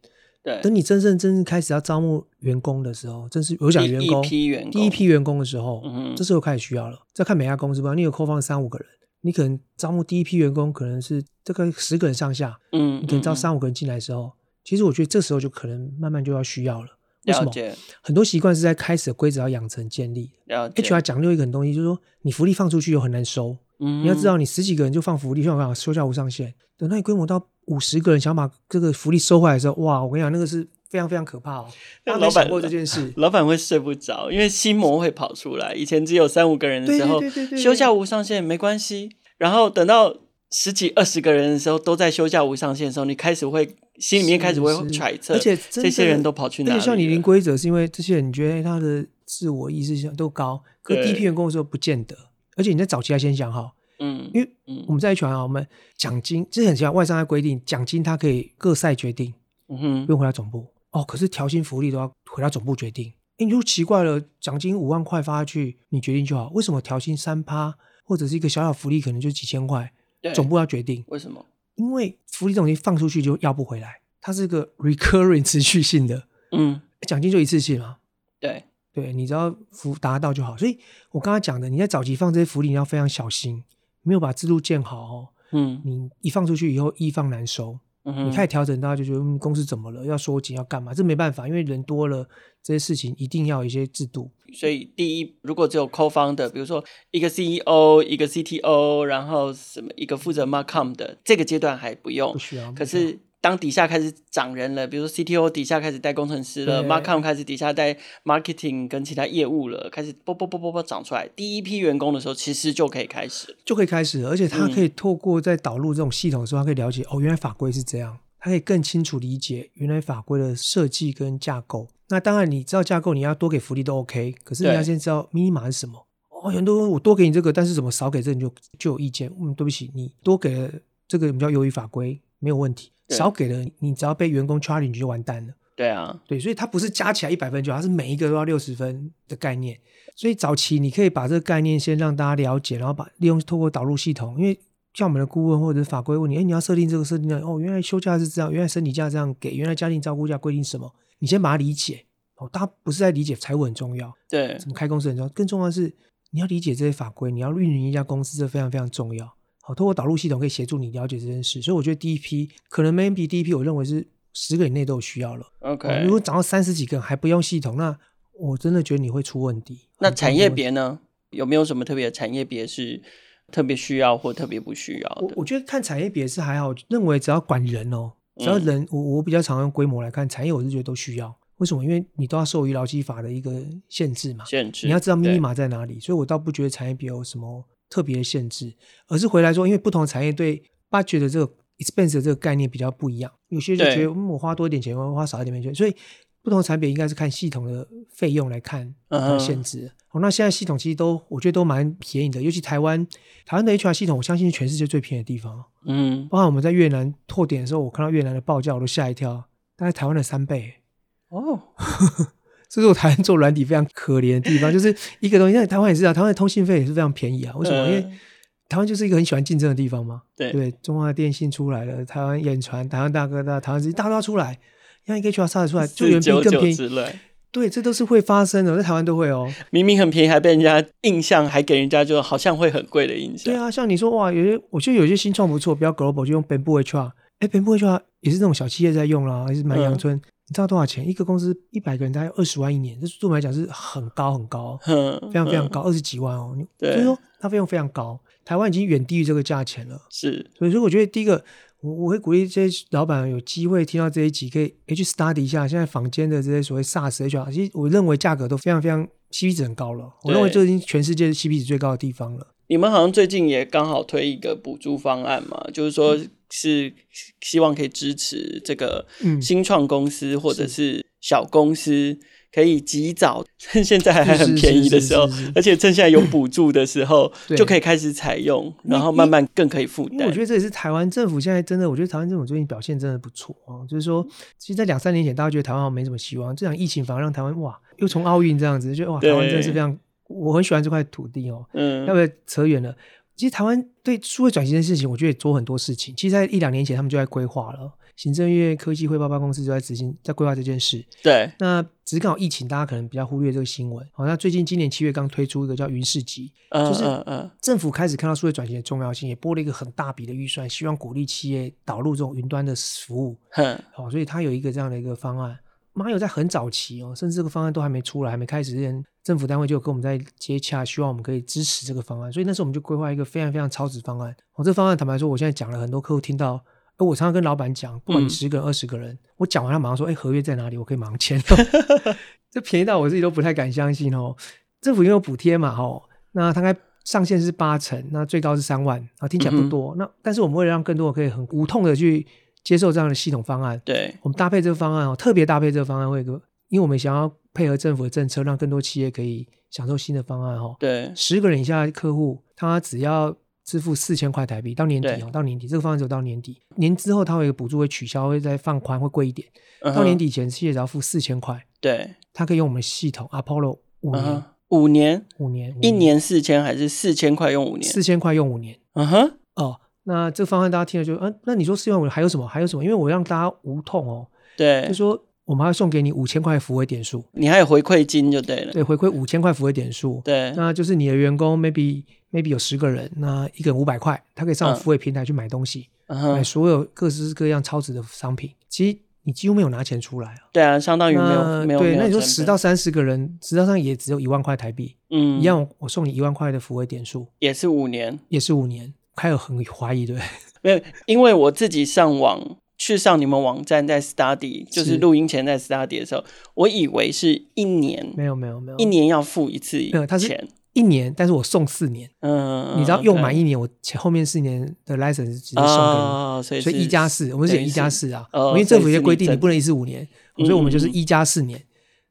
S1: 对
S2: 等你真正真正开始要招募员工的时候，真是我讲
S1: 第
S2: 员
S1: 一
S2: 工
S1: 批员工
S2: 第一批员工的时候，
S1: 嗯哼
S2: 这时候开始需要了。再看每家公司吧，你有 co 方三五个人，你可能招募第一批员工可能是这个十个人上下，
S1: 嗯，
S2: 你可能
S1: 嗯
S2: 招
S1: 嗯
S2: 三五个人进来的时候，其实我觉得这时候就可能慢慢就要需要了。为什
S1: 了
S2: 么？
S1: 解
S2: 很多习惯是在开始的规则要养成建立。
S1: 了解
S2: HR 讲另外一个很东西，就是说你福利放出去又很难收，
S1: 嗯
S2: 你要知道，你十几个人就放福利，像我讲收效无上限。等到你规模到五十个人，想把这个福利收回来的时候，哇，我跟你讲，那个是非常非常可怕哦。
S1: 那老
S2: 大家没
S1: 板
S2: 想过这
S1: ，
S2: 件事
S1: 老板会睡不着，因为心魔会跑出来。以前只有三五个人的时候
S2: 对对对对，对
S1: 休假无上限没关系。然后等到十几二十个人的时候，都在休假无上限的时候，你开始会心里面开始会
S2: 是是
S1: 揣测，
S2: 而且真
S1: 这些
S2: 的
S1: 人都跑去哪
S2: 而
S1: 里
S2: 且像你
S1: 了
S2: 零规则，是因为这些人你觉得他的自我意识性都高，可
S1: 对
S2: 第一批员工的时候不见得。而且你在早期要先想好，
S1: 嗯
S2: 因为
S1: 嗯
S2: 我们在 HR 啊，我们奖金这很奇怪，外商在规定奖金它可以各赛决定，
S1: 嗯
S2: 不
S1: 哼
S2: 用回到总部哦。可是调薪福利都要回到总部决定。诶你就奇怪了，奖金五万块发下去，你决定就好。为什么调薪三趴或者是一个小小福利，可能就几千块，
S1: 对
S2: 总部要决定？
S1: 为什么？
S2: 因为福利这种东西放出去就要不回来，它是个 recurring 持续性的
S1: 嗯，
S2: 奖金就一次性嘛。
S1: 对，
S2: 对，你只要服达到就好。所以我刚刚讲的，你在早期放这些福利，你要非常小心，没有把制度建好哦，
S1: 嗯
S2: 你一放出去以后一放难收。
S1: 嗯哼，
S2: 你开始调整，大家就觉得、嗯、公司怎么了，要缩紧，要干嘛？这没办法，因为人多了，这些事情一定要有一些制度。
S1: 所以第一，如果只有 co-founder，比如说一个 CEO、一个 CTO，然后什么一个负责 markcom 的，这个阶段还不用
S2: 不。需要。
S1: 可
S2: 不需要
S1: 是当底下开始涨人了，比如说 CTO 底下开始带工程师了
S2: 对
S1: ，markcom 开始底下带 marketing 跟其他业务了，开始啵啵啵啵啵长出来，第一批员工的时候，其实就可以开始了。
S2: 就可以开始了，而且他
S1: 嗯
S2: 可以透过在导入这种系统的时候，他可以了解哦，原来法规是这样，他可以更清楚理解原来法规的设计跟架构。那当然，你知道架构，你要多给福利都 OK，可是你
S1: 对
S2: 要先知道密码是什么。哦，很多人我多给你这个，但是怎么少给这个你就就有意见。嗯，对不起，你多给了这个，我们叫由于法规没有问题，
S1: 对
S2: 少给了你只要被员工 challenge 就完蛋了。
S1: 对啊，
S2: 对，所以它不是加起来一百分就好，它是每一个都要六十分的概念。所以早期你可以把这个概念先让大家了解，然后把利用透过导入系统，因为像我们的顾问或者是法规问你，哎，你要设定这个设定那个，哦，原来休假是这样，原来生理假这样给，原来家庭照顾假规定什么，你先把它理解。哦，大家不是在理解财务很重要，
S1: 对
S2: 怎么开公司很重要，更重要的是你要理解这些法规，你要运营一家公司，这非常非常重要。好，透过导入系统可以协助你了解这件事，所以我觉得第一批可能 maybe 第一批，我认为是十个以内都有需要了。
S1: ，OK、
S2: 哦如果涨到三十几个还不用系统，那我真的觉得你会出问题。
S1: 那
S2: 很大
S1: 产
S2: 的
S1: 业
S2: 问题，
S1: 别呢？有没有什么特别的产业别是特别需要或特别不需要
S2: 我
S1: 的？
S2: 我觉得看产业别是还好，认为只要管人哦，只要
S1: 嗯
S2: 人，我我比较常用规模来看产业，我是觉得都需要。为什么？因为你都要受于劳基法的一个限制嘛，
S1: 限制
S2: 你要知道
S1: 对
S2: 密码在哪里。所以我倒不觉得产业别有什么特别的限制，而是回来说，因为不同的产业对 budget 的这个 expense 的这个概念比较不一样，有些就
S1: 对
S2: 觉得、嗯、我花多一点钱，我花少一点钱，所以不同的产品应该是看系统的费用来看
S1: 嗯哼
S2: 它的限制。好、那现在系统其实都我觉得都蛮便宜的，尤其台湾台湾的 HR 系统，我相信是全世界最便宜的地方。
S1: 嗯，
S2: 包含我们在越南拓点的时候，我看到越南的报价，我都吓一跳，大概台湾的三倍。
S1: 哦，
S2: 这是我台湾做软体非常可怜的地方，就是一个东西，像台湾也是啊，台湾的通信费也是非常便宜啊。为什么？因为
S1: 嗯
S2: 台湾就是一个很喜欢竞争的地方嘛。
S1: 对
S2: 对，中华电信出来了，台湾远传、台湾大哥大、台湾之大家都要出来，让一个 HR 杀得出来，就远比
S1: 499
S2: 更便宜。
S1: 之类，
S2: 对，这都是会发生的，在台湾都会哦。
S1: 明明很便宜，还被人家印象，还给人家就好像会很贵的印象。
S2: 对啊，像你说哇，有些我觉得有些新创不错，比较 global 就用 Bamboo HR，哎，Bamboo HR 也是那种小企业在用啦，也是蛮阳春。你知道多少钱？一个公司一百个人大概二十万一年，这对我们来讲是很高很高哦。
S1: 哼，
S2: 非常非常
S1: 哼
S2: 高，二十几万哦。你
S1: 嗯对
S2: 所以说它费用非常高，台湾已经远低于这个价钱了。
S1: 是
S2: 所以说，我觉得第一个，我我会鼓励这些老板有机会听到这一集，可以诶去 study 一下现在坊间的这些所谓 SaaS HR，其实我认为价格都非常非常，CP 值很高了。我
S1: 对
S2: 认为这已经全世界 CP 值最高的地方了。
S1: 你们好像最近也刚好推一个补助方案嘛，就是说是希望可以支持这个
S2: 嗯
S1: 新创公司或者是小公司，可以及早 趁现在还很便宜的时候
S2: 是是是是是，
S1: 而且趁现在有补助的时候，
S2: 对
S1: 就可以开始采用，然后慢慢更可以负
S2: 因为我
S1: 担
S2: 觉。得这也是台湾政府现在真的，我觉得台湾政府最近表现真的不错哦。就是说，其实，在两三年前，大家觉得台湾好像没什么希望，这场疫情反而让台湾哇，又从奥运这样子，就觉得哇，
S1: 对
S2: 台湾真的是非常，我很喜欢这块土地哦。要
S1: 嗯，
S2: 不要扯远了？其实台湾对数位转型的事情，我觉得也做很多事情。其实，在一两年前，他们就在规划了，行政院科技汇报办公室就在执行，在规划这件事。
S1: 对，
S2: 那只是刚好疫情，大家可能比较忽略这个新闻。好、那最近今年七月刚推出一个叫云市集，
S1: 嗯
S2: 就是
S1: 嗯嗯，
S2: 政府开始看到数位转型的重要性，也拨了一个很大笔的预算，希望鼓励企业导入这种云端的服务。
S1: 哼，
S2: 好、哦所以它有一个这样的一个方案。马友在很早期哦，甚至这个方案都还没出来，还没开始之前，政府单位就有跟我们在接洽，希望我们可以支持这个方案。所以那时候我们就规划一个非常非常超值方案。我、哦、这方案坦白说，我现在讲了很多客户听到。哎，我常常跟老板讲，不管你
S1: 嗯
S2: 十个人、二十个人，我讲完他马上说：“哎，合约在哪里？我可以马上签。” 这便宜到我自己都不太敢相信哦。政府因为有补贴嘛，哦，那大概上限是八成，那最高是三万，啊，听起来
S1: 嗯
S2: 不
S1: 哼
S2: 多。那但是我们为了让更多人可以很无痛的去接受这样的系统方案，
S1: 对，
S2: 我们搭配这个方案哦，特别搭配这个方案会有一个，因为我们想要配合政府的政策，让更多企业可以享受新的方案哦。
S1: 对，
S2: 十个人以下的客户，他只要支付四千块台币，到年底哦，到年底这个方案只有到年底，年之后它会有一个补助会取消，会再放宽，会贵一点。
S1: 嗯
S2: 到
S1: 哼
S2: 年，底前，企业只要付四千块，
S1: 对，
S2: 他可以用我们系统 Apollo 五
S1: 嗯
S2: 年
S1: 哼，，五年，
S2: 五年，
S1: 一年四千还是四千块用五年？
S2: 四千块用五年
S1: 嗯哼，
S2: 哦。那这个方案大家听了就，嗯、那你说四千五还有什么？还有什么？因为我让大家无痛哦，
S1: 对
S2: 就，说我们还要送给你五千块福威点数，
S1: 你还有回馈金就对了。
S2: 对，回馈五千块福威点数，
S1: 对，
S2: 那就是你的员工 maybe maybe 有十个人，那一个人五百块，他可以上
S1: 嗯
S2: 福威平台去买东西，
S1: 嗯
S2: 买
S1: 哼，
S2: 所有各式各样超值的商品，其实你几乎没有拿钱出来啊。
S1: 对啊，相当于没有
S2: 那
S1: 没有。
S2: 对，
S1: 没有
S2: 那你说
S1: 成
S2: 十
S1: 本
S2: 到三十个人，十到上也只有一万块台币，
S1: 嗯
S2: 一样，我送你一万块的福威点数，
S1: 也是五年，
S2: 也是五年，开有很怀疑对不对？
S1: 没 有，因为我自己上网去上你们网站，在 study 就是
S2: 是
S1: 录音前在 study 的时候，我以为是一年，
S2: 没有没有没有，
S1: 一年要付一次
S2: 没有它是
S1: 钱，
S2: 一年，但是我送四年，
S1: 嗯，
S2: 你知道用满
S1: 一
S2: 一年，我前后面四年的 license 直接送给你。
S1: 啊，所以
S2: 所以
S1: 是
S2: 一加四，我们写
S1: 等于
S2: 一
S1: 是
S2: 加四啊，
S1: 哦
S2: 因为政府有些
S1: 所
S2: 规
S1: 以
S2: 定
S1: 是你
S2: 你
S1: 整
S2: 不能一次五年，所以我们就是
S1: 嗯
S2: 一加四年，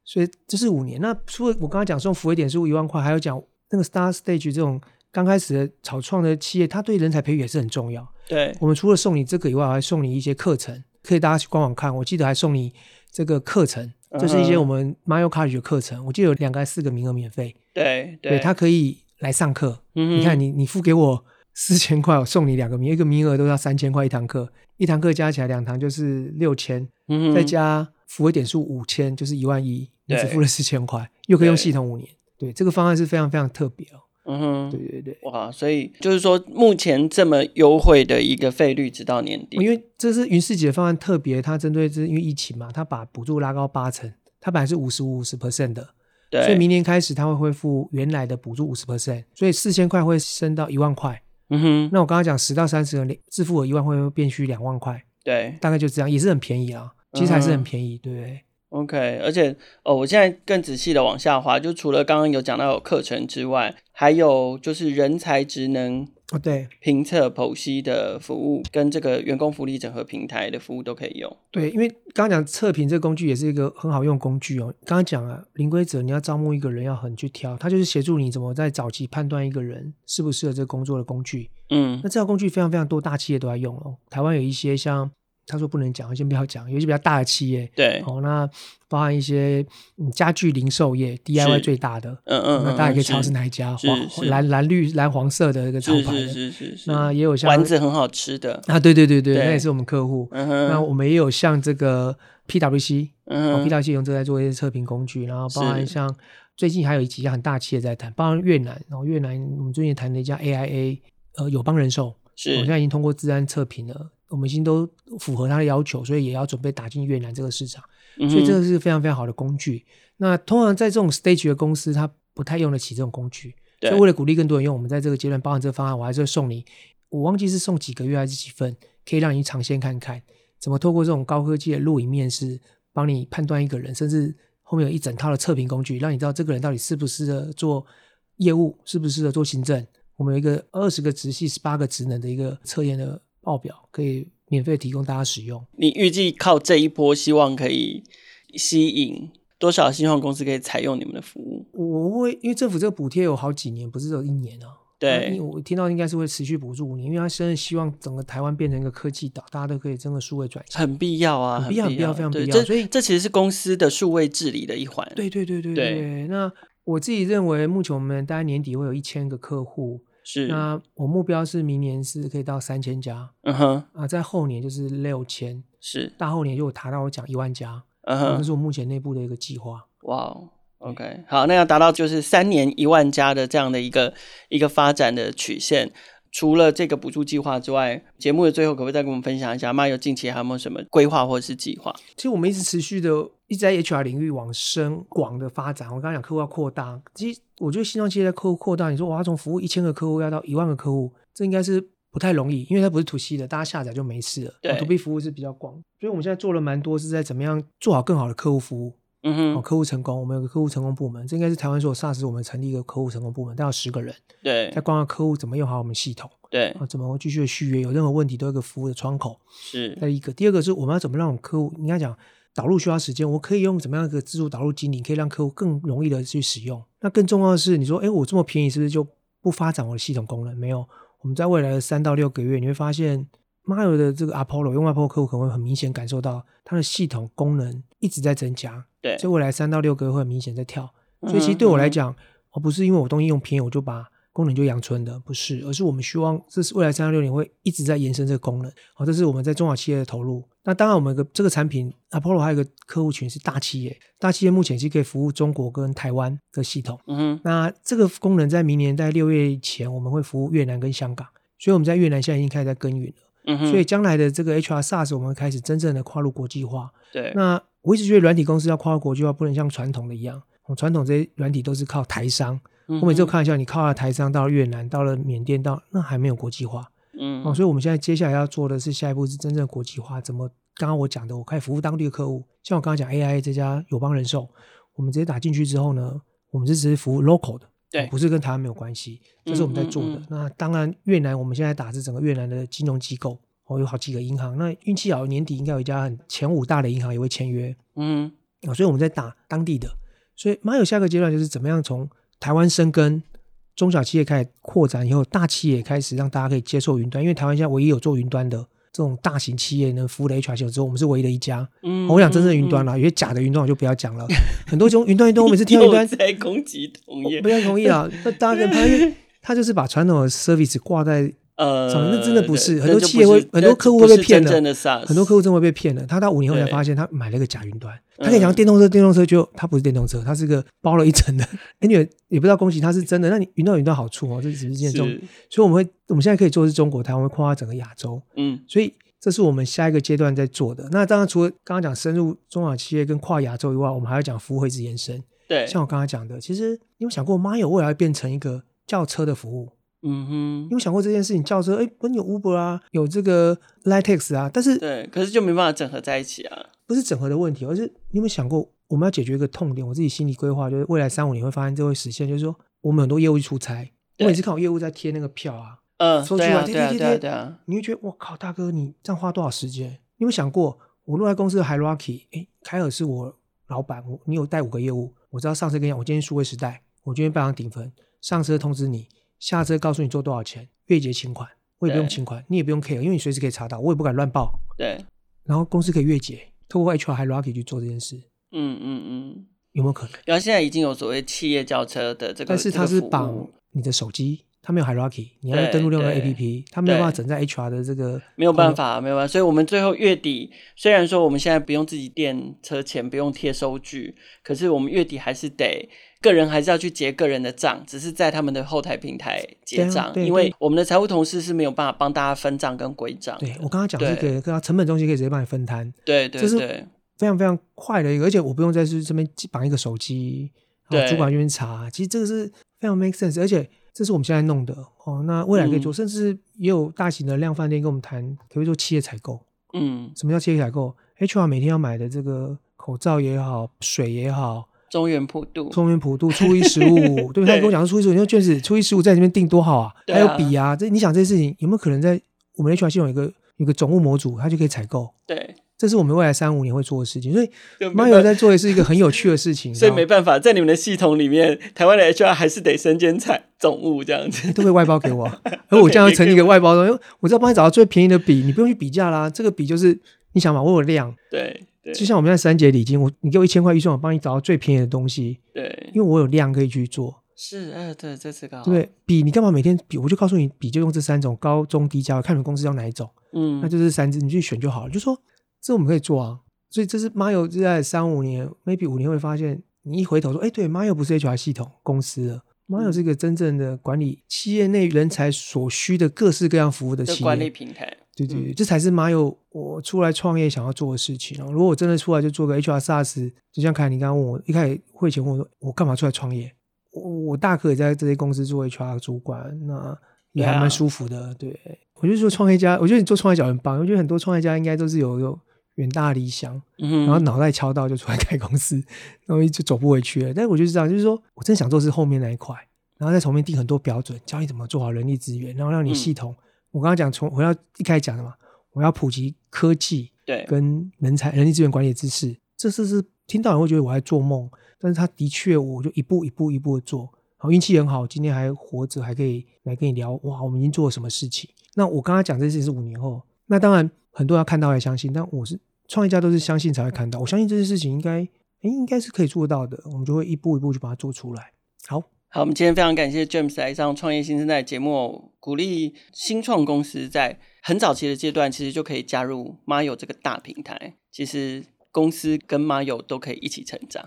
S2: 所以这是五年。那除了我刚刚讲送福利点数一万块，还有讲那个 Star Stage 这种刚开始的草创的企业，它对人才培育也是很重要。
S1: 对，
S2: 我们除了送你这个以外，还送你一些课程，可以大家去官网看。我记得还送你这个课程，
S1: 嗯哼
S2: 这是一些我们 Mario College 的课程，我记得有两个还是四个名额免费，
S1: 对嗯
S2: 对，他可以来上课。
S1: 你
S2: 你看你你付给我四千块，我送你两个名，一个名额都要三千块一堂课，一堂课加起来两堂就是六千，
S1: 嗯
S2: 再加付费点数五千，就是一万一，你只
S1: 对
S2: 付了四千块，又可以用
S1: 对
S2: 系统五年。对，这个方案是非常非常特别哦。
S1: 嗯哼
S2: 对。对对，
S1: 哇，所以就是说，目前这么优惠的一个费率，直到年底。
S2: 因为这是云世姐方案特别，它针对是因为疫情嘛，它把补助拉高八成，它本来是五十五五十 percent 的，
S1: 对，
S2: 所以明年开始它会恢复原来的补助五十 percent，所以四千块会升到一万块。
S1: 嗯哼，
S2: 那我刚刚讲十到三十人自付额一万会变虚两万块，
S1: 对
S2: 大概就这样，也是很便宜啊，其实还是
S1: 嗯
S2: 很便宜，对不对？
S1: ，OK，而且哦，我现在更仔细的往下滑，就除了刚刚有讲到有课程之外，还有就是人才职能
S2: 哦，对
S1: 评测剖析的服务，跟这个员工福利整合平台的服务都可以用。
S2: 对，因为刚刚讲测评这个工具也是一个很好用的工具哦。刚刚讲啊，零规则你要招募一个人要很去挑，它就是协助你怎么在早期判断一个人适不适合这个工作的工具。
S1: 嗯
S2: 那这套工具非常非常多大企业都在用哦，台湾有一些像他说不能讲，先不要讲，有一些比较大的企业。
S1: 对，
S2: 哦，那包含一些嗯家具零售业 DIY 最大的，
S1: 嗯嗯，
S2: 那
S1: 嗯
S2: 大家可以
S1: 是
S2: 查是哪一家，
S1: 是
S2: 黄
S1: 是
S2: 蓝蓝绿蓝黄色的一个厂
S1: 是
S2: 牌
S1: 是
S2: 的。
S1: 是是是，
S2: 那也有像
S1: 丸子很好吃的。
S2: 啊，对对对对，
S1: 对
S2: 那也是我们客户。
S1: 嗯
S2: 那
S1: 哼，
S2: 我们也有像这个 PWC，哦
S1: 嗯哼，
S2: ，PWC 用这个在做一些测评工具，然后包含
S1: 是
S2: 像最近还有一几家很大企业在谈，包含越南，然后越南我们最近谈了一家 AIA，呃，友邦人寿，我现
S1: 是
S2: 在已经通过治安测评了，我们已经都符合它的要求，所以也要准备打进越南这个市场。
S1: 嗯哼，
S2: 所以这个是非常非常好的工具。那通常在这种 stage 的公司，它不太用得起这种工具，
S1: 对
S2: 所以为了鼓励更多人用，我们在这个阶段包含这个方案，我还是会送你，我忘记是送几个月还是几份，可以让你尝鲜看看，怎么透过这种高科技的录影面试，帮你判断一个人，甚至后面有一整套的测评工具，让你知道这个人到底适不适合做业务，适不适合做行政。我们有一个二十个直系、十八个职能的一个测验的报表，可以免费提供大家使用。
S1: 你预计靠这一波，希望可以吸引多少新创公司可以采用你们的服务？
S2: 我会因为政府这个补贴有好几年，不是只有一年啊。那因为
S1: 对，
S2: 我听到应该是会持续补助五年，因为他真的希望整个台湾变成一个科技岛，大家都可以真的数位转型。
S1: 很必要啊，
S2: 很必
S1: 必
S2: 要
S1: 要，
S2: 很必要非常
S1: 对
S2: 必要
S1: 这
S2: 所以
S1: 这其实是公司的数位治理的一环。
S2: 对对对对
S1: 对
S2: 对。那我自己认为，目前我们大概年底会有一千个客户，
S1: 是，
S2: 那我目标是明年是可以到三千家
S1: 嗯哼，
S2: 啊，在后年就是六千，
S1: 是，
S2: 大后年就有达到我讲一万家，
S1: 嗯
S2: 这
S1: 哼，
S2: 是我目前内部的一个计划。
S1: 哇哦，OK，好，那要达到就是三年一万家的这样的一个一个发展的曲线。除了这个补助计划之外，节目的最后可不可以再跟我们分享一下妈有近期还有没有什么规划或者是计划？
S2: 其实我们一直持续的一直在 HR 领域往深广的发展。我刚刚讲客户要扩大，其实我觉得新创企业的客户扩大，你说我要从服务一千个客户要到一万个客户，这应该是不太容易，因为它不是 to C 的，大家下载就没事了。
S1: 对
S2: ，to B 服务是比较广，所以我们现在做了蛮多是在怎么样做好更好的客户服务。
S1: 嗯
S2: 哦，
S1: 哼，
S2: 客户成功，我们有个客户成功部门，这应该是台湾所有 SaaS 我们成立一个客户成功部门，大概有十个人，
S1: 对
S2: 在观察客户怎么用好我们系统，
S1: 对
S2: 啊，怎么继续的续约，有任何问题都有一个服务的窗口。
S1: 是，
S2: 那一个，第二个是我们要怎么让我们客户，应该讲导入需要时间，我可以用怎么样一个自助导入经理，可以让客户更容易的去使用。那更重要的是，你说，哎，我这么便宜，是不是就不发展我的系统功能？没有，我们在未来的三到六个月，你会发现 m i o 的这个 Apollo 用 Apollo 客户可能会很明显感受到它的系统功能一直在增加，
S1: 对，
S2: 所以未来三到六个月会很明显在跳。所以其实对我来
S1: 嗯哼，
S2: 讲，哦，不是因为我东西用便宜我就把功能就阳春的，不是，而是我们希望这是未来三到六年会一直在延伸这个功能。好、这是我们在中小企业的投入。那当然，我们有个这个产品 Apollo 还有一个客户群是大企业，大企业目前是可以服务中国跟台湾的系统。
S1: 嗯哼，
S2: 那这个功能在明年在六月前，我们会服务越南跟香港，所以我们在越南现在已经开始在耕耘了。
S1: 嗯哼，
S2: 所以将来的这个 HR SaaS，我们会开始真正的跨入国际化。
S1: 对，嗯
S2: 那我一直觉得软体公司要跨国际化，不能像传统的一样。哦传统这些软体都是靠台商，
S1: 嗯
S2: 我每次都开玩笑，你靠了台商到了越南，到了缅甸，到那还没有国际化
S1: 嗯哼，
S2: 哦。所以我们现在接下来要做的是下一步是真正国际化，怎么？刚刚我讲的，我开始服务当地的客户，像我刚刚讲 AI 这家友邦人寿，我们直接打进去之后呢，我们是只是服务 local 的，
S1: 对
S2: 哦不是跟台湾没有关系，这是我们在做的。
S1: 嗯嗯嗯
S2: 那当然，越南我们现在打是整个越南的金融机构，哦，有好几个银行。那运气好，年底应该有一家很前五大的银行也会签约，
S1: 嗯哼，
S2: 啊、所以我们在打当地的。所以马友下个阶段就是怎么样从台湾生根，中小企业开始扩展以后，大企业也开始让大家可以接受云端，因为台湾现在唯一有做云端的这种大型企业呢，服务的 HR 系统只有我们是唯一的一家。
S1: 嗯
S2: 我讲真正的
S1: 嗯
S2: 云端
S1: 嗯
S2: 啦，有些假的云端我就不要讲了，很多种云端云端，我每次听到云
S1: 又
S2: 端，
S1: 在攻击同业
S2: 不，要同意啊，那大家跟他因为他就是把传统的 service 挂在
S1: 呃，
S2: 长那真的不
S1: 对
S2: 是很多
S1: 这就
S2: 企业
S1: 不
S2: 会
S1: 是
S2: 很多
S1: 这
S2: 客户
S1: 不
S2: 会被
S1: 是
S2: 骗
S1: 真
S2: 的
S1: 正的 SaaS，
S2: 很多客户真的会被骗的，他到五年后才
S1: 对
S2: 发现他买了个假云端，
S1: 嗯
S2: 他可以讲电动车，电动车就他不是电动车，他是个包了一层的。哎，你也也不知道恭喜他是真的。那你云端有云端好处哦，这只是件重，
S1: 是，
S2: 所以我们会我们现在可以做的是中国台，我们会扩大整个亚洲，
S1: 嗯
S2: 所以这是我们下一个阶段在做的。那当然，除了刚刚讲深入中小企业跟跨亚洲以外，我们还要讲服务会一直延伸。
S1: 对，
S2: 像我刚刚讲的，其实你有想过妈友未来会变成一个轿车的服务？
S1: 嗯
S2: 你
S1: 哼，
S2: 有想过这件事情？轿车哎，不是有 Uber 啊，有这个 Litex 啊，但是
S1: 对，可是就没办法整合在一起啊，
S2: 不是整合的问题，而是你有没有想过，我们要解决一个痛点？我自己心理规划就是未来三五年会发现这会实现，就是说我们很多业务去出差，我
S1: 对
S2: 每次看我业务在贴那个票啊，
S1: 嗯，
S2: 说
S1: 对
S2: 出
S1: 啊，
S2: 来
S1: 对啊，
S2: 对对
S1: 对啊，
S2: 对
S1: 对啊，
S2: 你会觉得我靠，大哥你这样花多少时间？你有没有想过，我落在公司的 hierarchy，哎，凯尔是我老板，我你有带五个业务，我知道上车跟你讲，我今天数位时代，我今天拜访顶分，上车通知你，下车告诉你做多少钱，月结清款，我也不用
S1: 对
S2: 清款，你也不用 care，因为你随时可以查到，我也不敢乱报，
S1: 对，
S2: 然后公司可以月结，透过 HR hierarchy 去做这件事，
S1: 嗯嗯嗯，
S2: 有没有可能？
S1: 然后现在已经有所谓企业轿车的这个，
S2: 但是
S1: 这
S2: 它
S1: 个
S2: 是
S1: 服务
S2: 绑你的手机，它没有 hierarchy，你要
S1: 对
S2: 登录另外一个
S1: 对
S2: APP，它没有办法
S1: 对呃
S2: 整在 HR 的这个
S1: 没有办法，没有办法。所以，我们最后月底，虽然说我们现在不用自己垫车钱，不用贴收据，可是我们月底还是得个人还是要去结个人的账，只是在他们的后台平台结
S2: 对
S1: 账，
S2: 啊对
S1: 因为我们的财务同事是没有办法帮大家分账跟归账的。
S2: 对我刚刚讲这个，跟它成本中心可以直接帮你分摊，
S1: 对对
S2: 这是
S1: 对
S2: 非常非常快的一个，而且我不用再去这边绑一个手机，然
S1: 对
S2: 后主管这边查，其实这个是非常 make sense，而且这是我们现在弄的哦。那未来
S1: 嗯
S2: 可以做，甚至也有大型的量贩店跟我们谈，可以做企业采购。
S1: 嗯
S2: 什么叫企业采购？HR 每天要买的这个口罩也好，水也好，
S1: 中原普渡，
S2: 中 原普渡初一十五，对不对？他跟我讲说初一十五，你说卷子初一十五在里面订多好啊，
S1: 对
S2: 还有
S1: 啊
S2: 笔啊，这你想这些事情有没有可能在我们 HR 系统有一个有一个总务模组，它就可以采购？
S1: 对，
S2: 这是我们未来三五年会做的事情，所以
S1: 就 没
S2: m a r
S1: 办
S2: 在做的是一个很有趣的 事情，
S1: 所以
S2: 然后
S1: 没办法，在你们的系统里面，台湾的 HR 还是得身兼采总务这样子。
S2: 都会外包给我，而我这样成立一个外包商，因为我只要帮你找到最便宜的笔，你不用去比价啦。这个笔就是你想嘛，我有量，
S1: 对对
S2: 就像我们现在三节礼金，我你给我一千块预算，我帮你找到最便宜的东西，
S1: 对，
S2: 因为我有量可以去做，
S1: 是哎、对，这次刚好
S2: 对不对？笔你干嘛每天笔？我就告诉你，笔就用这三种高中低价位，看你们公司要哪一种，
S1: 嗯，
S2: 那就是三支，你去选就好了。就说这我们可以做啊，所以这是 Mayo 在三五年，maybe 五年会发现，你一回头说，哎，对，Mayo 不是 HR 系统公司了。Mayo
S1: 嗯
S2: 是一个真正的管理企业内人才所需的各式各样服务的
S1: 这
S2: 企
S1: 管理
S2: 业，
S1: 平台，
S2: 对对对，
S1: 嗯
S2: 这才是 Mayo 我出来创业想要做的事情啊。如果我真的出来就做个 HR SaaS，就像凯，你刚刚问我一开始会前问我说，我干嘛出来创业？我我大可也在这些公司做 HR 主管，那也还
S1: 对啊
S2: 蛮舒服的。对，我就说创业家，我觉得你做创业家很棒。我觉得很多创业家应该都是有有远大理想，
S1: 嗯，
S2: 然后脑袋敲到就出来开公司，然后就走不回去了。但是我就是这样，就是说我真的想做是后面那一块，然后再从面定很多标准，教你怎么做好人力资源，然后让你
S1: 嗯
S2: 系统。我刚刚讲从我要一开始讲的嘛，我要普及科技
S1: 对，
S2: 跟人才、人力资源管理的知识，这是是听到人会觉得我在做梦，但是他的确我就一步一步一步的做，然后运气很好，今天还活着，还可以来跟你聊，哇，我们已经做了什么事情？那我刚刚讲这件事情是五年后，那当然很多人要看到来相信，但我是创业家都是相信才会看到，我相信这件事情应该，诶应该是可以做到的，我们就会一步一步去把它做出来。好，
S1: 好，我们今天非常感谢 James 来上《创业新生代》节目，鼓励新创公司在很早期的阶段，其实就可以加入 Mayo 这个大平台。其实公司跟 Mayo 都可以一起成长。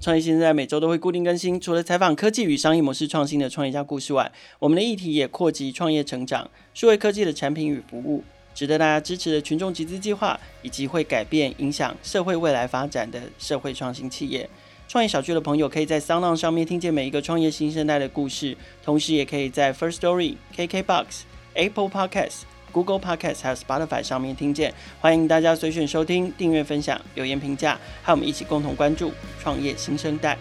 S1: 创业新生代每周都会固定更新，除了采访科技与商业模式创新的创业家故事外，我们的议题也扩及创业成长、数位科技的产品与服务、值得大家支持的群众集资计划，以及会改变影响社会未来发展的社会创新企业。创业小聚的朋友可以在 s o u n d 上面听见每一个创业新生代的故事，同时也可以在 First Story、KKBox、Apple Podcasts、Google Podcasts 还有 Spotify 上面听见。欢迎大家随选收听、订阅、分享、留言、评价，和我们一起共同关注创业新生代。